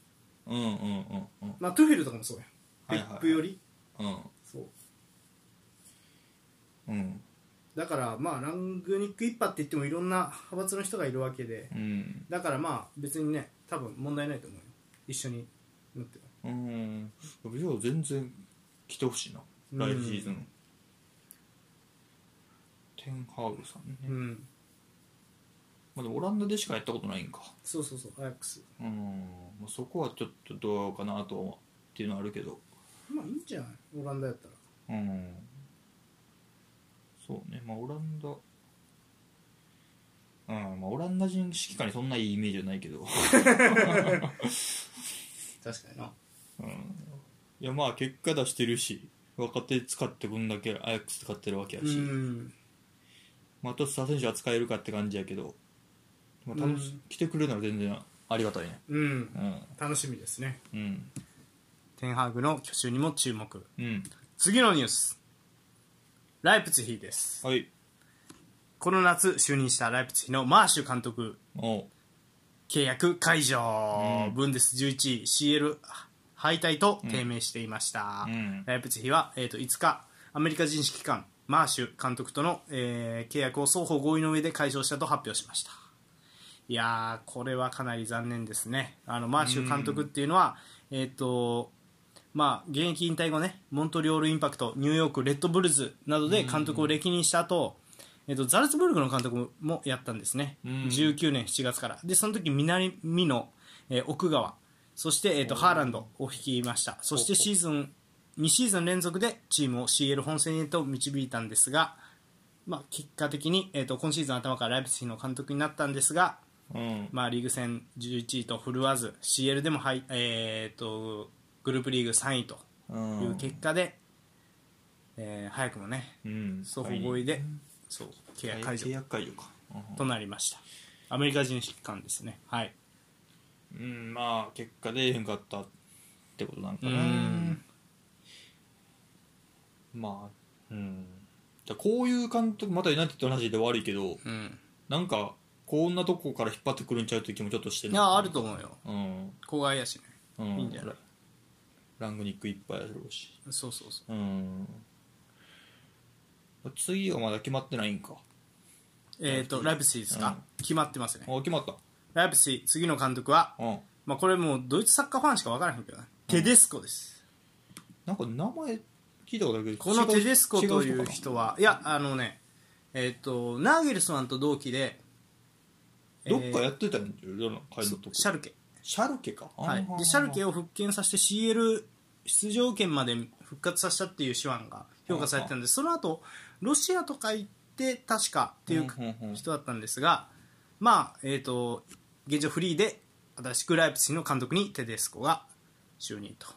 Speaker 2: うんうんうんうん
Speaker 1: まあ、トゥフェルとかもそうやんペ
Speaker 2: はいはいはい
Speaker 1: ップより、
Speaker 2: うん
Speaker 1: そう
Speaker 2: うん
Speaker 1: だからまあラングニック一派って言ってもいろんな派閥の人がいるわけで
Speaker 2: うん
Speaker 1: だからまあ別にね多分問題ないと思うよ一緒になっても
Speaker 2: うんじゃあ全然来てほしいな来シーズンテンハウルさんね、
Speaker 1: うん
Speaker 2: まあ、でもオランダでしかやったことないんか
Speaker 1: そうそうそうアヤックス
Speaker 2: うんまあそこはちょっとどうかなとは思うっていうのはあるけど
Speaker 1: まあいいんじゃないオランダやったら
Speaker 2: うんそうねまあオランダうんまあオランダ人指揮官にそんないいイメージはないけど
Speaker 1: 確かにな
Speaker 2: うんいやまあ結果出してるし若手使ってこんだけアヤックス使ってるわけやし、
Speaker 1: うん
Speaker 2: まあ、トスター選手扱えるかって感じやけど、まあ楽し
Speaker 1: うん
Speaker 2: 来てくれるなら全然ありがたいね
Speaker 1: うん
Speaker 2: うん
Speaker 1: 楽しみですね
Speaker 2: うん
Speaker 1: テンハーグの去就にも注目
Speaker 2: うん
Speaker 1: 次のニュースライプツィヒです
Speaker 2: はい
Speaker 1: この夏就任したライプツィヒのマーシュ監督
Speaker 2: おう
Speaker 1: 契約解除、
Speaker 2: うん
Speaker 1: ブンデス11位 CL 敗退と低迷していました、
Speaker 2: うん
Speaker 1: ライプツィヒは、えー、と5日アメリカ人指揮官マーシュ監督との、えー契約を双方合意の上で解消したと発表しましたいやーこれはかなり残念ですねあのマーシュ監督っていうのは、えっ、とまあ、現役引退後ねモントリオールインパクトニューヨークレッドブルズなどで監督を歴任した後、えっとザルツブルクの監督もやったんですね、
Speaker 2: うん
Speaker 1: 19年7月からでその時南の、えー奥川そして、えっとハーランドを率いましたそしてシーズン2シーズン連続でチームを CL 本戦へと導いたんですが、まあ、結果的に、えっと今シーズン頭からライプツィヒの監督になったんですが、
Speaker 2: うん
Speaker 1: まあ、リーグ戦11位と振るわず CL でも、はいえー、とグループリーグ3位と
Speaker 2: うん
Speaker 1: いう結果で、えー早くもね
Speaker 2: うん
Speaker 1: 双方合意で、そう契約解除
Speaker 2: 契約解除か
Speaker 1: となりましたアメリカ人指揮官ですねはい
Speaker 2: うん、うんまあ結果でえへんかったってことなんか
Speaker 1: う
Speaker 2: なんまあうんだからこういう監督またユナイテッドの話で悪いけど
Speaker 1: うん
Speaker 2: なんかこんなとこから引っ張ってくるんちゃうっていう気もちょっとして
Speaker 1: い
Speaker 2: る
Speaker 1: やあると思うよ
Speaker 2: うん
Speaker 1: 子外やしね
Speaker 2: うん
Speaker 1: いいんじゃない
Speaker 2: ラングニックいっぱいあるし
Speaker 1: そうそうそう
Speaker 2: うん次はまだ決まってないんか
Speaker 1: えっ、とライプツィですか、決まってますね
Speaker 2: あ決まった
Speaker 1: ライプツィ次の監督は、
Speaker 2: うん
Speaker 1: まあ、これもうドイツサッカーファンしか分からへんけどね、テデスコです
Speaker 2: なんか名前聞いたことあるけど
Speaker 1: この
Speaker 2: 違う
Speaker 1: テデスコとい
Speaker 2: 違
Speaker 1: う
Speaker 2: かな
Speaker 1: 人はいやあのねえっ、とナーゲルスマンと同期で
Speaker 2: どっかやってたんじゃよ、
Speaker 1: え
Speaker 2: 会
Speaker 1: ー
Speaker 2: のとこ
Speaker 1: シャルケ、
Speaker 2: シャルケか、
Speaker 1: はい、でシャルケを復権させて CL 出場権まで復活させたっていう手腕が評価されてたんでその後ロシアとか行って確かっていう
Speaker 2: うんうんうん
Speaker 1: 人だったんですがまあえっ、と現状フリーで新しくライプチヒの監督にテデスコが就任と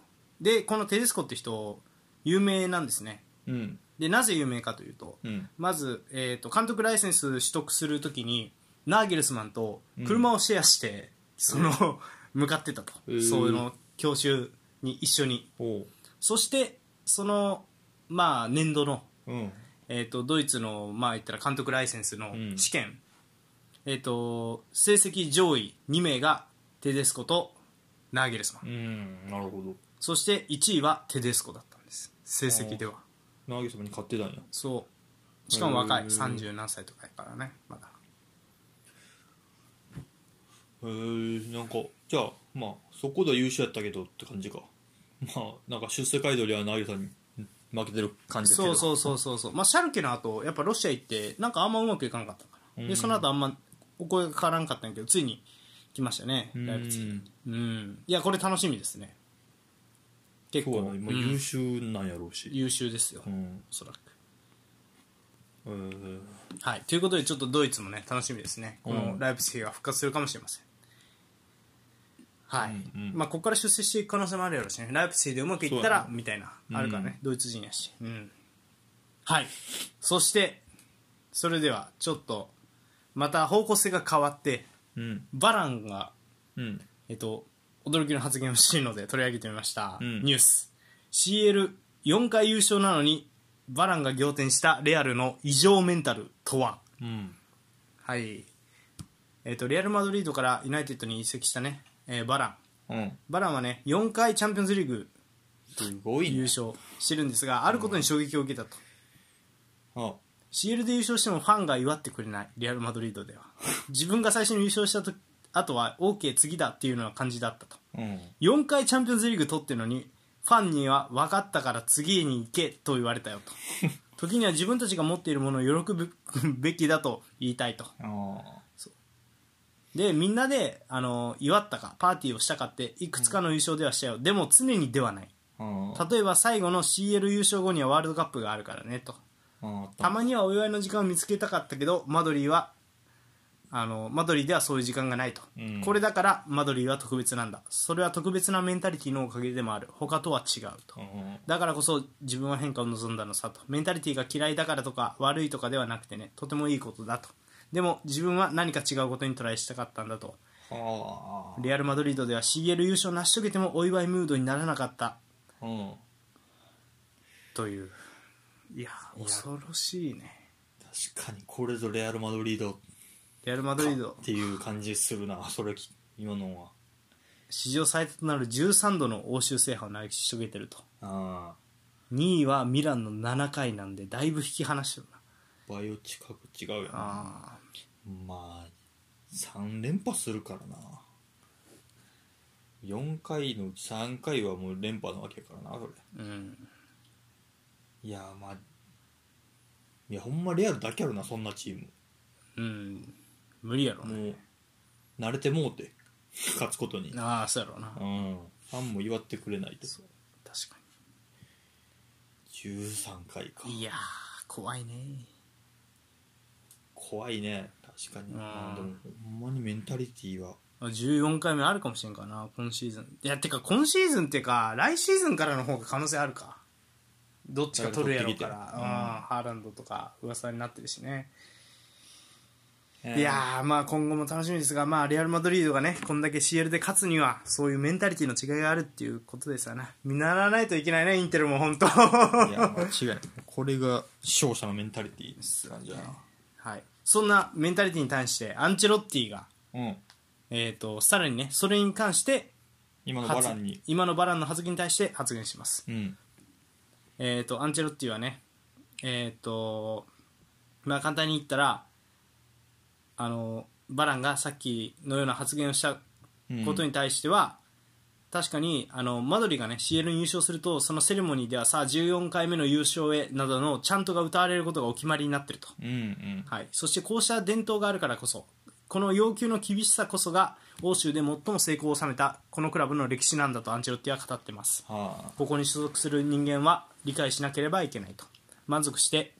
Speaker 1: でこのテデスコって人有名なんですね
Speaker 2: うん
Speaker 1: でなぜ有名かというと、
Speaker 2: うん
Speaker 1: まず、えー、と監督ライセンス取得するときにナーゲルスマンと車をシェアして、その向かってたと、
Speaker 2: へー
Speaker 1: その教習に一緒に
Speaker 2: おう
Speaker 1: そしてその、まあ、年度の、
Speaker 2: うん
Speaker 1: えー、とドイツの、まあ、言ったら監督ライセンスの
Speaker 2: うん
Speaker 1: 試験、えー、と成績上位2名がテデスコとナーゲルスマン、
Speaker 2: うんなるほど
Speaker 1: そして1位はテデスコだったんです成績では
Speaker 2: ナーゲ様に買ってたんや
Speaker 1: そうしかも若い
Speaker 2: うん
Speaker 1: 30何歳とかやからねまだ
Speaker 2: へえなんかじゃあまあそこでは優秀やったけどって感じか まあなんか出世街道ではナーゲさんに負けてる感じだ
Speaker 1: そ
Speaker 2: けど
Speaker 1: うそううそうそうそう、まあ、シャルケの後やっぱロシア行ってなんかあんまうまくいかなかったから、
Speaker 2: う
Speaker 1: で
Speaker 2: ん
Speaker 1: その後あんまお声がかからんかったんやけどついに来ましたね
Speaker 2: ん
Speaker 1: ライプツィヒうんいやこれ楽しみですね結
Speaker 2: そう
Speaker 1: 構
Speaker 2: や、な今
Speaker 1: うん
Speaker 2: 優秀なんやろうし
Speaker 1: 優秀ですよ、
Speaker 2: う
Speaker 1: お
Speaker 2: ん
Speaker 1: そらく
Speaker 2: へー
Speaker 1: はいということでちょっとドイツもね楽しみですねこ
Speaker 2: う
Speaker 1: の
Speaker 2: ん
Speaker 1: ライプツィヒが復活するかもしれませんはい、
Speaker 2: うんうん
Speaker 1: まあ、ここから出世していく可能性もあるやろうしねライプツィヒでうまくいった
Speaker 2: そう
Speaker 1: ら
Speaker 2: や
Speaker 1: みたいな、
Speaker 2: うん
Speaker 1: あるからねドイツ人やし、うん、はいそしてそれではちょっとまた方向性が変わって
Speaker 2: うん
Speaker 1: バランが、
Speaker 2: うん
Speaker 1: えっと、驚きの発言をしているので取り上げてみました、
Speaker 2: うん
Speaker 1: ニュース CL4 回優勝なのにバランが仰天したレアルの異常メンタルとは
Speaker 2: うん
Speaker 1: はい、えー、とレアル・マドリードからユナイテッドに移籍したね、えーバラン
Speaker 2: うん
Speaker 1: バランはね4回チャンピオンズリーグ
Speaker 2: すごいね
Speaker 1: 優勝してるんですがあることに衝撃を受けたと、
Speaker 2: あ
Speaker 1: CL で優勝してもファンが祝ってくれないレアル・マドリードでは自分が最初に優勝したとあとは OK 次だっていうのは感じだったと
Speaker 2: うん
Speaker 1: 4回チャンピオンズリーグ取ってるのにファンには分かったから次に行けと言われたよ と時には自分たちが持っているものを喜ぶべきだと言いたいと
Speaker 2: あ
Speaker 1: でみんなであの祝ったかパーティーをしたかっていくつかの優勝ではしたよ、でも常にではない
Speaker 2: ああ
Speaker 1: 例えば最後の CL 優勝後にはワールドカップがあるからねと
Speaker 2: ああ
Speaker 1: たまにはお祝いの時間を見つけたかったけどマドリーはあのマドリーではそういう時間がないと、
Speaker 2: うん
Speaker 1: これだからマドリーは特別なんだそれは特別なメンタリティのおかげでもある他とは違うと、
Speaker 2: うん
Speaker 1: だからこそ自分は変化を望んだのさとメンタリティが嫌いだからとか悪いとかではなくてねとてもいいことだとでも自分は何か違うことにトライしたかったんだと
Speaker 2: は
Speaker 1: レアル・マドリードでは CL 優勝を成し遂げてもお祝いムードにならなかった
Speaker 2: あ、うん、
Speaker 1: といういや恐ろしいね
Speaker 2: 確かにこれぞレアル・マドリード
Speaker 1: レアル・マドリード
Speaker 2: っていう感じする なそれき今のは
Speaker 1: 史上最多となる13度の欧州制覇を成し遂げてると
Speaker 2: あ
Speaker 1: 2位はミランの7回なんでだいぶ引き離してるな
Speaker 2: あバイオ近く違うよな
Speaker 1: あー
Speaker 2: まあ3連覇するからな4回のうち3回はもう連覇なわけやからなそれ
Speaker 1: うん
Speaker 2: いやまあいやほんまレアルだけやろなそんなチーム
Speaker 1: うん無理やろね
Speaker 2: もう慣れてもう て勝つことにうん
Speaker 1: ああそうやろうな確
Speaker 2: ファンも祝ってくれないと
Speaker 1: か
Speaker 2: 13回か
Speaker 1: にいやー怖いね
Speaker 2: 怖いね確かに
Speaker 1: うん
Speaker 2: まあでもほんまにメンタリティは
Speaker 1: 14回目あるかもしれんからな今シーズンいやてか今シーズンってか来シーズンからの方が可能性あるかどっちか取るやろうから
Speaker 2: 取って
Speaker 1: うん
Speaker 2: きて
Speaker 1: ハーランドとか噂になってるしね
Speaker 2: い
Speaker 1: いやーまあ今後も楽しみですがまあレアル・マドリードがねこんだけ CL で勝つにはそういうメンタリティの違いがあるっていうことですよね見習わないといけないねインテルも本 当
Speaker 2: いや間違いないこれが勝者のメンタリティって感じだな
Speaker 1: はいそんなメンタリティに対してアンチェロッティが
Speaker 2: うん
Speaker 1: えー、とさらにねそれに関して
Speaker 2: 今のバ
Speaker 1: 発
Speaker 2: ランに
Speaker 1: 今のバランの発言に対して発言します、
Speaker 2: うん
Speaker 1: えー、とアンチェロッティはねえっ、とまあ簡単に言ったらあのバランがさっきのような発言をした
Speaker 2: うん
Speaker 1: ことに対しては、確かにあのマドリがね CL に優勝するとそのセレモニーではさあ14回目の優勝へなどのちゃんとが歌われることがお決まりになってると、
Speaker 2: うんうん
Speaker 1: はい、そしてこうした伝統があるからこそこの要求の厳しさこそが欧州で最も成功を収めたこのクラブの歴史なんだとアンチェロッティは語ってます
Speaker 2: は
Speaker 1: ここに所属する人間は理解しなければいけないと満足して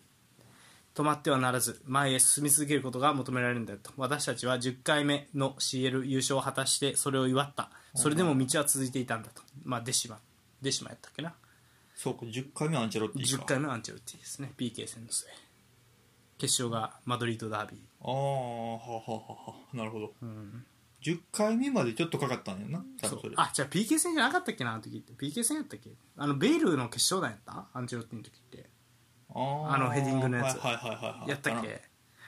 Speaker 1: 止まってはならず前へ進み続けることが求められるんだよと私たちは10回目の CL 優勝を果たしてそれを祝ったそれでも道は続いていたんだとまあデシマデシマやったっけな
Speaker 2: あそうか10回目アンチェロッティか
Speaker 1: 10回目のアンチェロッティですね PK 戦の末決勝がマドリードダービー
Speaker 2: ああははははなるほど、10回目までちょっとかかったんやな多
Speaker 1: そ
Speaker 2: 分そうれ
Speaker 1: あじゃあ PK 戦じゃなかったっけなあの時って PK 戦やったっけあのベイルの決勝弾やったアンチェロッティの時って
Speaker 2: あー
Speaker 1: あのヘディングのやつ
Speaker 2: はいはいはいはいはい
Speaker 1: やったっ
Speaker 2: か
Speaker 1: け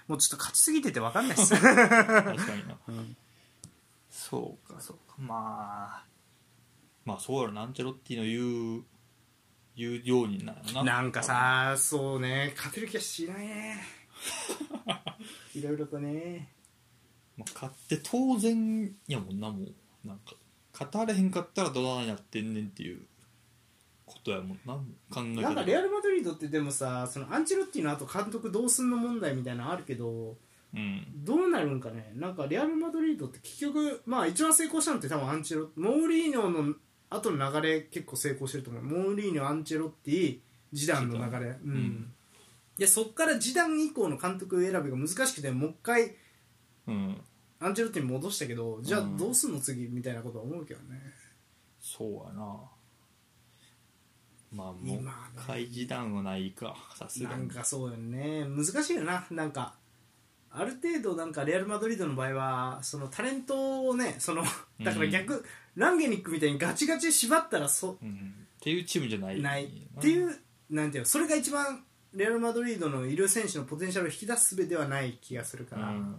Speaker 1: もうちょっと勝ちすぎてて分かんないっす
Speaker 2: な確かにな、そうかそうかまあまあそうやろなアンチェロッティの言う言うようになるな
Speaker 1: なんかさそうね勝てる気はしない ねいろいろとね
Speaker 2: まあ、買って当然やもんなもうなんか勝たれへんかったらどないなってんねんっていうことやもんな考え
Speaker 1: なんかレア
Speaker 2: ル
Speaker 1: ル・マドリードってでもさそのアンチェロッティの後監督どうすんの問題みたいなのあるけど
Speaker 2: うん
Speaker 1: どうなるんかねなんかレアル・マドリードって結局まあ一番成功したのって多分アンチェロモーリーニョの後の流れ結構成功してると思うモーリーニョアンチェロッティジダンの流れうん、
Speaker 2: ん
Speaker 1: いやそっからジダン以降の監督選びが難しくてもう一回
Speaker 2: うん
Speaker 1: アンチェロッティに戻したけどじゃあ
Speaker 2: うん
Speaker 1: どうすんの次みたいなことは思うけどね
Speaker 2: そうやなまあもう
Speaker 1: 今ね
Speaker 2: 開示談はないかさすが
Speaker 1: なん
Speaker 2: に
Speaker 1: かそうよね難しいよななんかある程度なんかレアル・マドリードの場合はそのタレントをねその
Speaker 2: うん
Speaker 1: だから逆、ランゲニックみたいにガチガチ縛ったらそ
Speaker 2: うん、っていうチームじゃない
Speaker 1: ないっていうなんていうのそれが一番レアル・マドリードのいる選手のポテンシャルを引き出す術ではない気がする
Speaker 2: う
Speaker 1: から、
Speaker 2: ん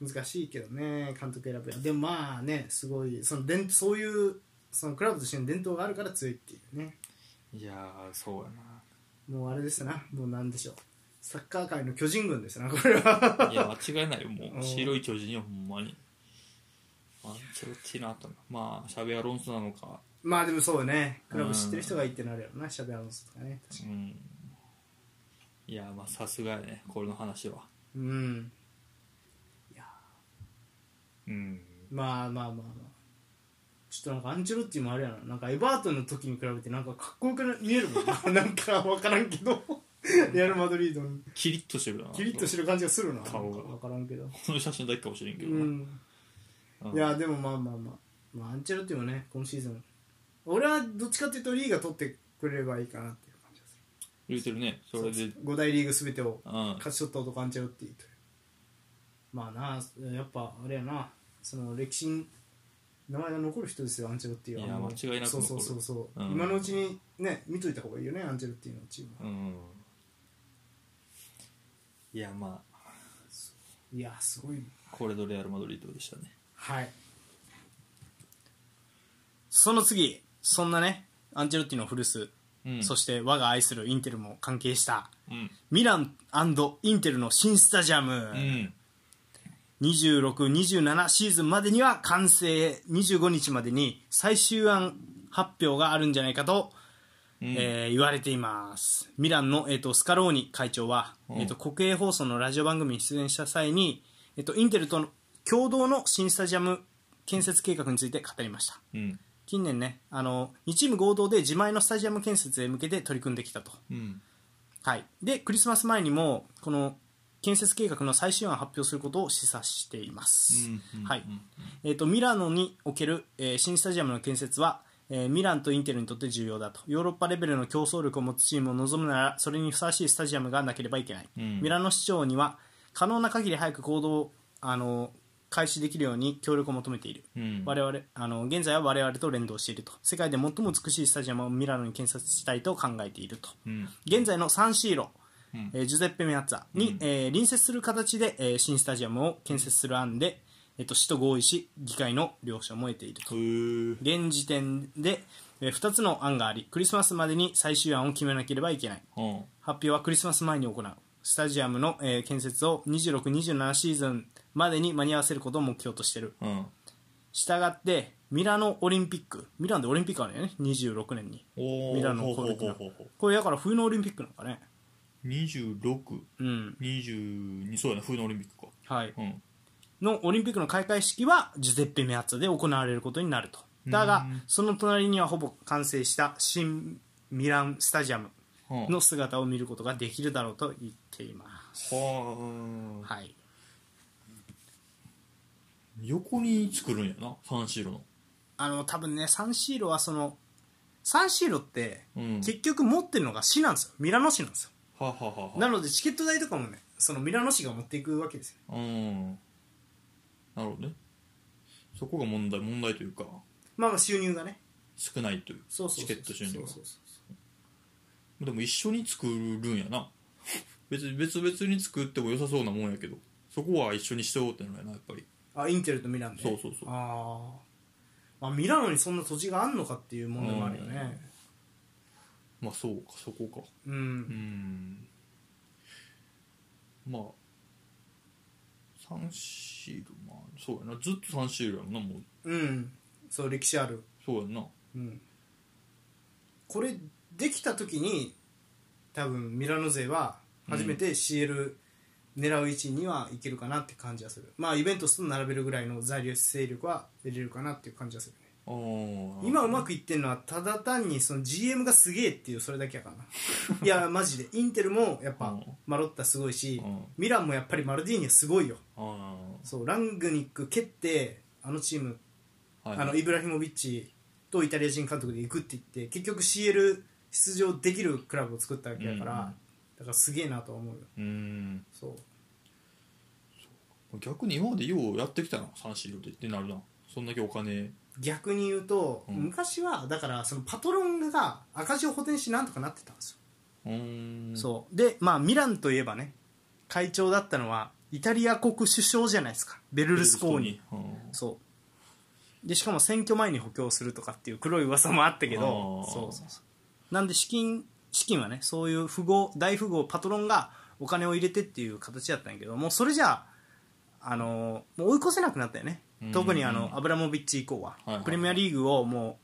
Speaker 1: 難しいけどね監督選ぶやでもまあねすごいその伝そういうそのクラブとしての伝統があるから強いっていうね
Speaker 2: いやーそうや
Speaker 1: もうあれですなもうなんでしょうサッカー界の巨人軍ですなこれは
Speaker 2: ないや間違いないよも
Speaker 1: う
Speaker 2: うん白い巨人よほんまにアンチェロッティの後のまあシャベアロンソなのか
Speaker 1: まあでもそうよねクラブ知ってる人がいいってなるやろなシャベアロンソとかね確か
Speaker 2: うんいやまあさすがやねこれの話は
Speaker 1: にうん
Speaker 2: うん
Speaker 1: まあまあまあまあちょっとなんかアンチェロッテ ィもあれやななんかエバートンの時に比べてなんかかっこよく見えるもんななんか分からんけどレアル・マドリードに
Speaker 2: キリッとしてるな
Speaker 1: キリッとしてる感じがするな
Speaker 2: 顔が
Speaker 1: 分からんけど
Speaker 2: この写真だけかもしれんけ
Speaker 1: う
Speaker 2: どな、
Speaker 1: ん
Speaker 2: うん
Speaker 1: いやでもまあまあまあ、まあ、アンチェロッティもね今シーズン俺はどっちかっていうとリーが取ってくれればいいかなっていう感じがす
Speaker 2: 言うてるね
Speaker 1: る
Speaker 2: それで
Speaker 1: 5大リーグ全てを
Speaker 2: うん
Speaker 1: 勝ち取った男アンチェロッティというまあなやっぱあれやなその歴史に名前が残る人ですよアンチェロッティはい
Speaker 2: や
Speaker 1: もう
Speaker 2: 間違いなく
Speaker 1: そう
Speaker 2: 残る
Speaker 1: そうそうそう、
Speaker 2: うん
Speaker 1: 今のうちにね見といた方がいいよねアンチェロッティのチームは
Speaker 2: うんいやまあ
Speaker 1: いやすごい
Speaker 2: これぞレアル・マドリードでしたね
Speaker 1: はいその次そんなねアンチェロッティの古巣、
Speaker 2: うん
Speaker 1: そして我が愛するインテルも関係した
Speaker 2: うん
Speaker 1: ミランインテルの新スタジアム、
Speaker 2: うん
Speaker 1: 2627シーズンまでには完成25日までに最終案発表があるんじゃないかと、
Speaker 2: うん
Speaker 1: えー言われていますミランの、えー、とスカローニ会長は、
Speaker 2: うん
Speaker 1: えー、と国営放送のラジオ番組に出演した際に、えー、とインテルとの共同の新スタジアム建設計画について語りました
Speaker 2: うん
Speaker 1: 近年ねあの2チーム合同で自前のスタジアム建設へ向けて取り組んできたと
Speaker 2: うん
Speaker 1: はい、でクリスマス前にもこの建設計画の最終案を発表することを示唆しています、
Speaker 2: うんうん
Speaker 1: はい
Speaker 2: うん
Speaker 1: えー、とミラノにおける、えー新スタジアムの建設は、えーミランとインテルにとって重要だとヨーロッパレベルの競争力を持つチームを望むならそれにふさわしいスタジアムがなければいけない、
Speaker 2: うん
Speaker 1: ミラノ市長には可能な限り早く行動をあの開始できるように協力を求めている、
Speaker 2: うん
Speaker 1: 我々あの現在は我々と連動していると世界で最も美しいスタジアムをミラノに建設したいと考えていると、
Speaker 2: うん
Speaker 1: 現在のサンシーロ、
Speaker 2: うん
Speaker 1: えージュゼッペ・メアッツァに、
Speaker 2: うん
Speaker 1: えー隣接する形で、えー新スタジアムを建設する案で、えっと市と合意し議会の了承も得ていると
Speaker 2: へー
Speaker 1: 現時点で、え2つの案がありクリスマスまでに最終案を決めなければいけない
Speaker 2: うん
Speaker 1: 発表はクリスマス前に行うスタジアムの、えー建設を2627シーズンまでに間に合わせることを目標としている
Speaker 2: うん
Speaker 1: したがってミラノオリンピックミランでオリンピックあるよね26年に
Speaker 2: おー
Speaker 1: ミラノ
Speaker 2: ほう
Speaker 1: を
Speaker 2: ほ
Speaker 1: 超え
Speaker 2: う
Speaker 1: る
Speaker 2: ほう
Speaker 1: な
Speaker 2: ほうほう
Speaker 1: これだから冬のオリンピックなんかね
Speaker 2: 2622
Speaker 1: うん
Speaker 2: そうやな冬のオリンピックか
Speaker 1: はい
Speaker 2: うん
Speaker 1: のオリンピックの開会式はジュゼッペ・メアッツァで行われることになるとだが
Speaker 2: うん
Speaker 1: その隣にはほぼ完成した新ミランスタジアム
Speaker 2: うん
Speaker 1: の姿を見ることができるだろうと言っています、
Speaker 2: はあ
Speaker 1: はい、
Speaker 2: 横に作るんやなサンシーロの
Speaker 1: あの多分ねサンシーロはそのサンシーロって
Speaker 2: うん
Speaker 1: 結局持ってるのが市なんですよミラノ市なんですよ
Speaker 2: はあはあはあ
Speaker 1: なのでチケット代とかもねそのミラノ市が持っていくわけですよ
Speaker 2: うんなるほどねそこが問題問題というか
Speaker 1: まあまあ収入がね
Speaker 2: 少ないという
Speaker 1: そうそうそう
Speaker 2: チケット収入
Speaker 1: そう
Speaker 2: が
Speaker 1: そうそう
Speaker 2: でも一緒に作るんやな別に別々に作っても良さそうなもんやけどそこは一緒にしておうってのやなやっぱり
Speaker 1: あインテルとミランで
Speaker 2: そうそうそう
Speaker 1: あー、まあミラノにそんな土地があんのかっていう問題もあるよね
Speaker 2: まあそうかそこか
Speaker 1: うん、
Speaker 2: うんまあサンシールまあそうやなずっとサンシールやもんなもう
Speaker 1: うん、そう歴史ある、
Speaker 2: そうやんな
Speaker 1: うん、これできた時に多分ミラノ勢は初めて CL 狙う位置にはいけるかなって感じはする、まあイベントスと並べるぐらいの在留勢力は出れるかなっていう感じはするね
Speaker 2: ああ
Speaker 1: 今うまくいってるのはただ単にその GM がすげえっていうそれだけやからないやマジでインテルもやっ
Speaker 2: う
Speaker 1: ぱ
Speaker 2: ん
Speaker 1: マロッタすごいし、
Speaker 2: うん
Speaker 1: ミランもやっぱりマルディーニはすごいよ
Speaker 2: あ
Speaker 1: そうラングニック蹴ってあのチーム
Speaker 2: あはい
Speaker 1: あのイブラヒモビッチとイタリア人監督で行くって言って結局 CL 出場できるクラブを作ったわけだから、
Speaker 2: うん
Speaker 1: だからすげえなとは思うよ
Speaker 2: うん
Speaker 1: そう
Speaker 2: 逆に今までようやってきたなサンシールでってなるなそんだけお金
Speaker 1: 逆に言うと、
Speaker 2: うん
Speaker 1: 昔はだからそのパトロンが赤字を補填しなんとかなってたんですよ
Speaker 2: うーん
Speaker 1: そうでまあミランといえばね会長だったのはイタリア国首相じゃないですかベルルスコーニ
Speaker 2: うん
Speaker 1: そうでしかも選挙前に補強するとかっていう黒い噂もあったけど
Speaker 2: あー
Speaker 1: そうそうそうなんで資金資金はねそういう富豪大富豪パトロンがお金を入れてっていう形だったんやけどもうそれじゃあ、あのーもう追い越せなくなったよね
Speaker 2: うん
Speaker 1: 特にあのアブラモビッチ以降は、
Speaker 2: いはいはい
Speaker 1: プレミアリーグをもう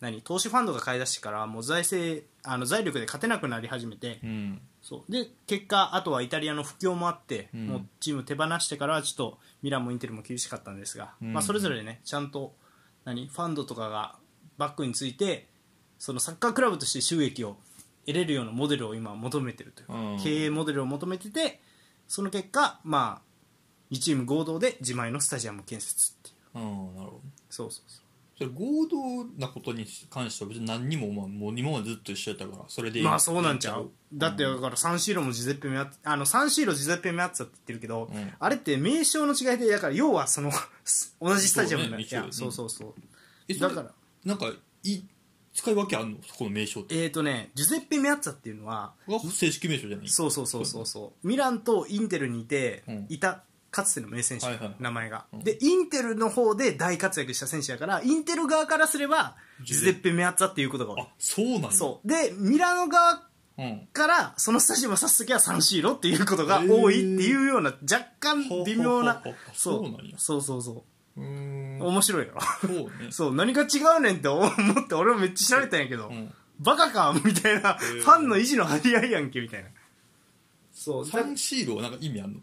Speaker 1: 何投資ファンドが買い出してからもう財政あの財力で勝てなくなり始めて、
Speaker 2: うん
Speaker 1: そうで結果、あとはイタリアの不況もあって、
Speaker 2: うん
Speaker 1: もうチーム手放してからはちょっとミランもインテルも厳しかったんですが、
Speaker 2: うん
Speaker 1: まあ、それぞれねちゃんと何ファンドとかがバックについてそのサッカークラブとして収益を得れるようなモデルを今求めてるというか、
Speaker 2: うん
Speaker 1: 経営モデルを求めててその結果まあ2チーム合同で自前のスタジアム建設っていう
Speaker 2: うん、なるほど
Speaker 1: そうそうそ
Speaker 2: それ合同なことに関しては別に何にも、まあ、もう今までずっと一緒やったからそれで
Speaker 1: う
Speaker 2: いい
Speaker 1: まあそうなんちゃうだってだからサンシーロもジゼッペメアッツあのサンシーロジゼッペメアッツァって言ってるけど、
Speaker 2: うん
Speaker 1: あれって名称の違いでだから要はその 同じスタジアムになる
Speaker 2: そう
Speaker 1: い
Speaker 2: ね
Speaker 1: や
Speaker 2: 一
Speaker 1: そ
Speaker 2: 応
Speaker 1: うそうそう
Speaker 2: えそ
Speaker 1: だ
Speaker 2: れ
Speaker 1: から
Speaker 2: なんかい使い分けあんのそこの名称って
Speaker 1: えっ、ー、とねジュゼッペ・メアッツァっていうのは
Speaker 2: が正式名称じゃない
Speaker 1: そうそうそうそうそうミランとインテルにいて、
Speaker 2: うん
Speaker 1: いたかつての名選手、
Speaker 2: はいはい
Speaker 1: 名前が、
Speaker 2: うん
Speaker 1: でインテルの方で大活躍した選手やからインテル側からすればジ
Speaker 2: ジ
Speaker 1: ュ
Speaker 2: ュ
Speaker 1: ゼ
Speaker 2: ゼ
Speaker 1: ッペ・メアッツァっていうことが多い
Speaker 2: あそうなんだ
Speaker 1: そうでミラノ側
Speaker 2: う、ん、
Speaker 1: からそのスタジアムを指す時はサンシーロっていうことが多いっていうような若干微妙な
Speaker 2: ほうほうほうほう
Speaker 1: そ
Speaker 2: そうなんや
Speaker 1: うそうそうそう
Speaker 2: ーん
Speaker 1: う面白いよ
Speaker 2: そうね
Speaker 1: そう何が違う ねんって思って俺もめっちゃ調べたんやけど、
Speaker 2: うん
Speaker 1: バカかみたいな、
Speaker 2: ー
Speaker 1: ファンの維持の張り合いやんけみたいなそう
Speaker 2: サ
Speaker 1: だ
Speaker 2: ン
Speaker 1: い
Speaker 2: シールはなんか意味あんの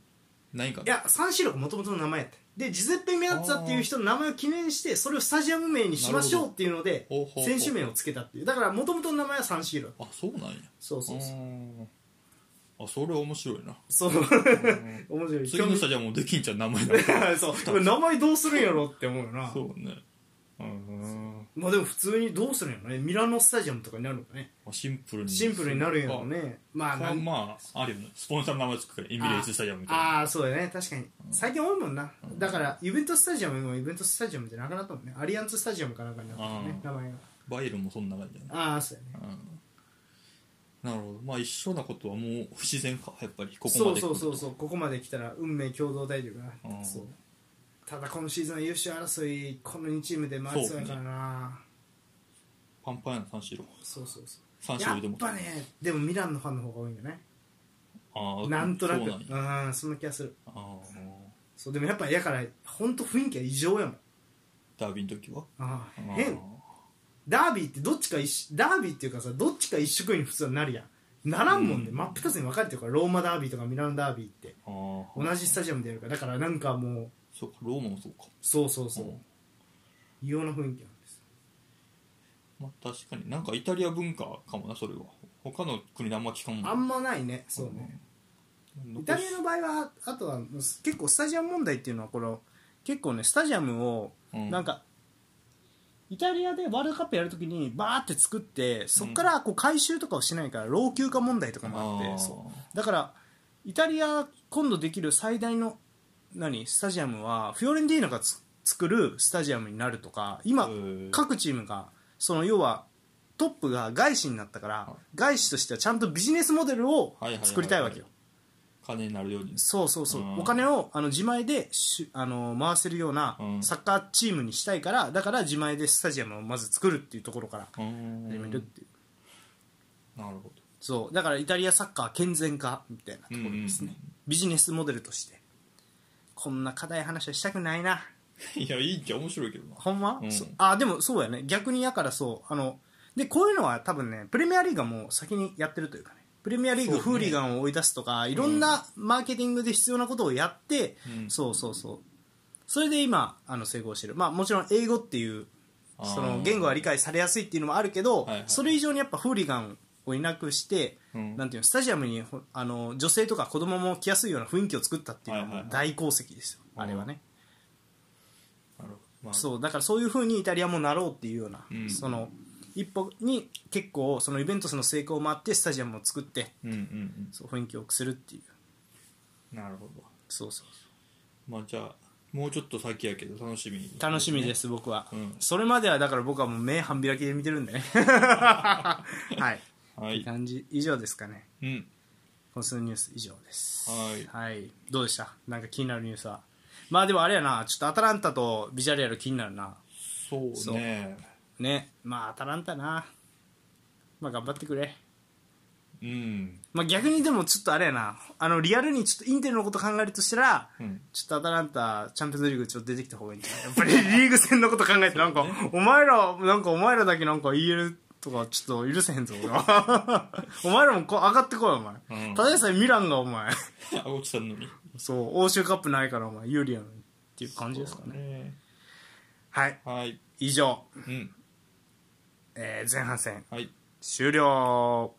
Speaker 2: ないかな
Speaker 1: やサンシーロがもともとの名前やったでジゼッペ・メアッツァっていう人の名前を記念してそれをスタジアム名にしましょうっていうので
Speaker 2: なるほどほうほうほ
Speaker 1: 選
Speaker 2: う
Speaker 1: 手名をつけたっていうだからもともとの名前はサンシーロ
Speaker 2: あそうなんや
Speaker 1: そうそうそう
Speaker 2: ーんあそれ面白いな
Speaker 1: そう 面白い
Speaker 2: 次の人じゃもうできんちゃう名前 だ
Speaker 1: そう名前どうするんやろって思うよな
Speaker 2: そうねうん
Speaker 1: まあでも普通にどうするんやろねミラノスタジアムとかになるのかね
Speaker 2: まあシンプルに
Speaker 1: シンプルになるんやろねまあ
Speaker 2: あま
Speaker 1: な
Speaker 2: あ、
Speaker 1: ん
Speaker 2: まあ、あるよねスポンサーの名前つくからエミレーツスタジアムみたいな
Speaker 1: ああそうだね確かに最近多いもんなだからイベントスタジアムもイベントスタジアムじゃなくなったもんねアリアンツスタジアムかなんかになったもんね
Speaker 2: う
Speaker 1: 名前が
Speaker 2: バイエルンもそんな感じだね
Speaker 1: ああそうやね
Speaker 2: うんなるほどまあ一緒なことはもう不自然かやっぱりここ
Speaker 1: そ
Speaker 2: ま
Speaker 1: う
Speaker 2: で
Speaker 1: そうそう
Speaker 2: う
Speaker 1: そうここまで来たら運命共同体というかな
Speaker 2: うん
Speaker 1: そうただ今シーズンの優勝争いこの2チームで回りそうやからな
Speaker 2: パンパンやな三四郎
Speaker 1: そうそうそう
Speaker 2: 三四
Speaker 1: や
Speaker 2: 郎で
Speaker 1: っ
Speaker 2: も
Speaker 1: ぱねでもミランのファンの方が多いんだね
Speaker 2: ああ
Speaker 1: なんとなく
Speaker 2: そううなんや
Speaker 1: んそんな気がする
Speaker 2: ああ
Speaker 1: そうでもやっぱやから本当雰囲気は異常やもん
Speaker 2: ダービーの時は
Speaker 1: ああ
Speaker 2: ああ
Speaker 1: 変ダービーってどっちか一ダービーっていうかさどっちか一色に普通はなるやんならんもんね、
Speaker 2: うん
Speaker 1: 真っ二つに分かれてるからローマダービーとかミラノダービーって
Speaker 2: ああ
Speaker 1: 同じスタジアムでやるからだからなんかもう
Speaker 2: そうかローマもそうか
Speaker 1: そうそうそう、
Speaker 2: うん
Speaker 1: 異様な雰囲気なんです
Speaker 2: まあ確かになんかイタリア文化かもなそれは他の国であんま聞かんもん
Speaker 1: あんまないねそうね、イタリアの場合はあとはもう結構スタジアム問題っていうのはこの結構ねスタジアムを
Speaker 2: うん
Speaker 1: なんか、イタリアでワールドカップやるときにバーって作ってそこからこう回収とかをしないから老朽化問題とかもあって
Speaker 2: あー
Speaker 1: そうだからイタリア今度できる最大の何スタジアムはフィオレンティーナがつ作るスタジアムになるとか今
Speaker 2: へー
Speaker 1: 各チームがその要はトップが外資になったから外資としてはちゃんとビジネスモデルを
Speaker 2: はいはいはいはい
Speaker 1: 作りたいわけよ
Speaker 2: 金になるように
Speaker 1: そうそうそう、
Speaker 2: うん
Speaker 1: お金をあの自前でしゅあの回せるような
Speaker 2: うん
Speaker 1: サッカーチームにしたいから、だから自前でスタジアムをまず作るっていうところから
Speaker 2: うーん
Speaker 1: 始めるっていう、
Speaker 2: なるほど
Speaker 1: そうだからイタリアサッカー健全化みたいなところですね、
Speaker 2: うんうん
Speaker 1: ビジネスモデルとしてこんな課題話はしたくないない
Speaker 2: やいいっちゃ面白いけどな
Speaker 1: ほんま、
Speaker 2: うん
Speaker 1: そあでもそうやね逆にやからそうあのでこういうのは多分ねプレミアリーガもう先にやってるというかねプレミアリーグ
Speaker 2: そうね
Speaker 1: フーリガンを追い出すとか、いろんなマーケティングで必要なことをやって、
Speaker 2: うん
Speaker 1: そうそうそうそれで今あの成功してるまあもちろん英語っていう
Speaker 2: あー
Speaker 1: その言語が理解されやすいっていうのもあるけど、
Speaker 2: はいはい
Speaker 1: それ以上にやっぱフーリガンをいなくして、
Speaker 2: うん
Speaker 1: なんていうのスタジアムにほあの女性とか子供も来やすいような雰囲気を作ったっていうのはもう大功績ですよ、
Speaker 2: はいは
Speaker 1: あ
Speaker 2: いはい
Speaker 1: れはね、
Speaker 2: なるほどまあ
Speaker 1: そうだからそういうふうにイタリアもなろうっていうような、
Speaker 2: うん
Speaker 1: その一歩に結構そのイベントの成功もあってスタジアムを作って
Speaker 2: うんうんうん
Speaker 1: そう雰囲気を良くするっていう
Speaker 2: なるほど
Speaker 1: そうそう
Speaker 2: まあじゃあもうちょっと先やけど楽しみに
Speaker 1: 楽しみです、僕は、
Speaker 2: うん
Speaker 1: それまではだから僕はもう目半開きで見てる んでねはい、
Speaker 2: は
Speaker 1: って
Speaker 2: い
Speaker 1: 感じ以上ですかね
Speaker 2: うん
Speaker 1: 今週のニュース以上です
Speaker 2: はい
Speaker 1: どうでしたなんか気になるニュースはまあでもあれやなちょっとアタランタとビジャレアル気になるな
Speaker 2: そうね
Speaker 1: ねまあアタランタなまあ頑張ってくれ
Speaker 2: うん
Speaker 1: まあ、逆にでもちょっとあれやなあのリアルにちょっとインテルのこと考えるとしたら、
Speaker 2: うん
Speaker 1: ちょっとアタランタチャンピオンズリーグちょっと出てきた方がいいんじゃないやっぱり リーグ戦のこと考えてなんか、お前らなんかお前らだけなんか言えるとかちょっと許せへんぞ 俺はお前らもこう上がってこいお前、
Speaker 2: うん
Speaker 1: ただでさえミランがお前
Speaker 2: あ落ちたのに
Speaker 1: そう欧州カップないからお前有利やのにっていう感じですかね
Speaker 2: ね
Speaker 1: はい
Speaker 2: はい
Speaker 1: 以上、
Speaker 2: うん
Speaker 1: えー前半戦
Speaker 2: はい
Speaker 1: 終了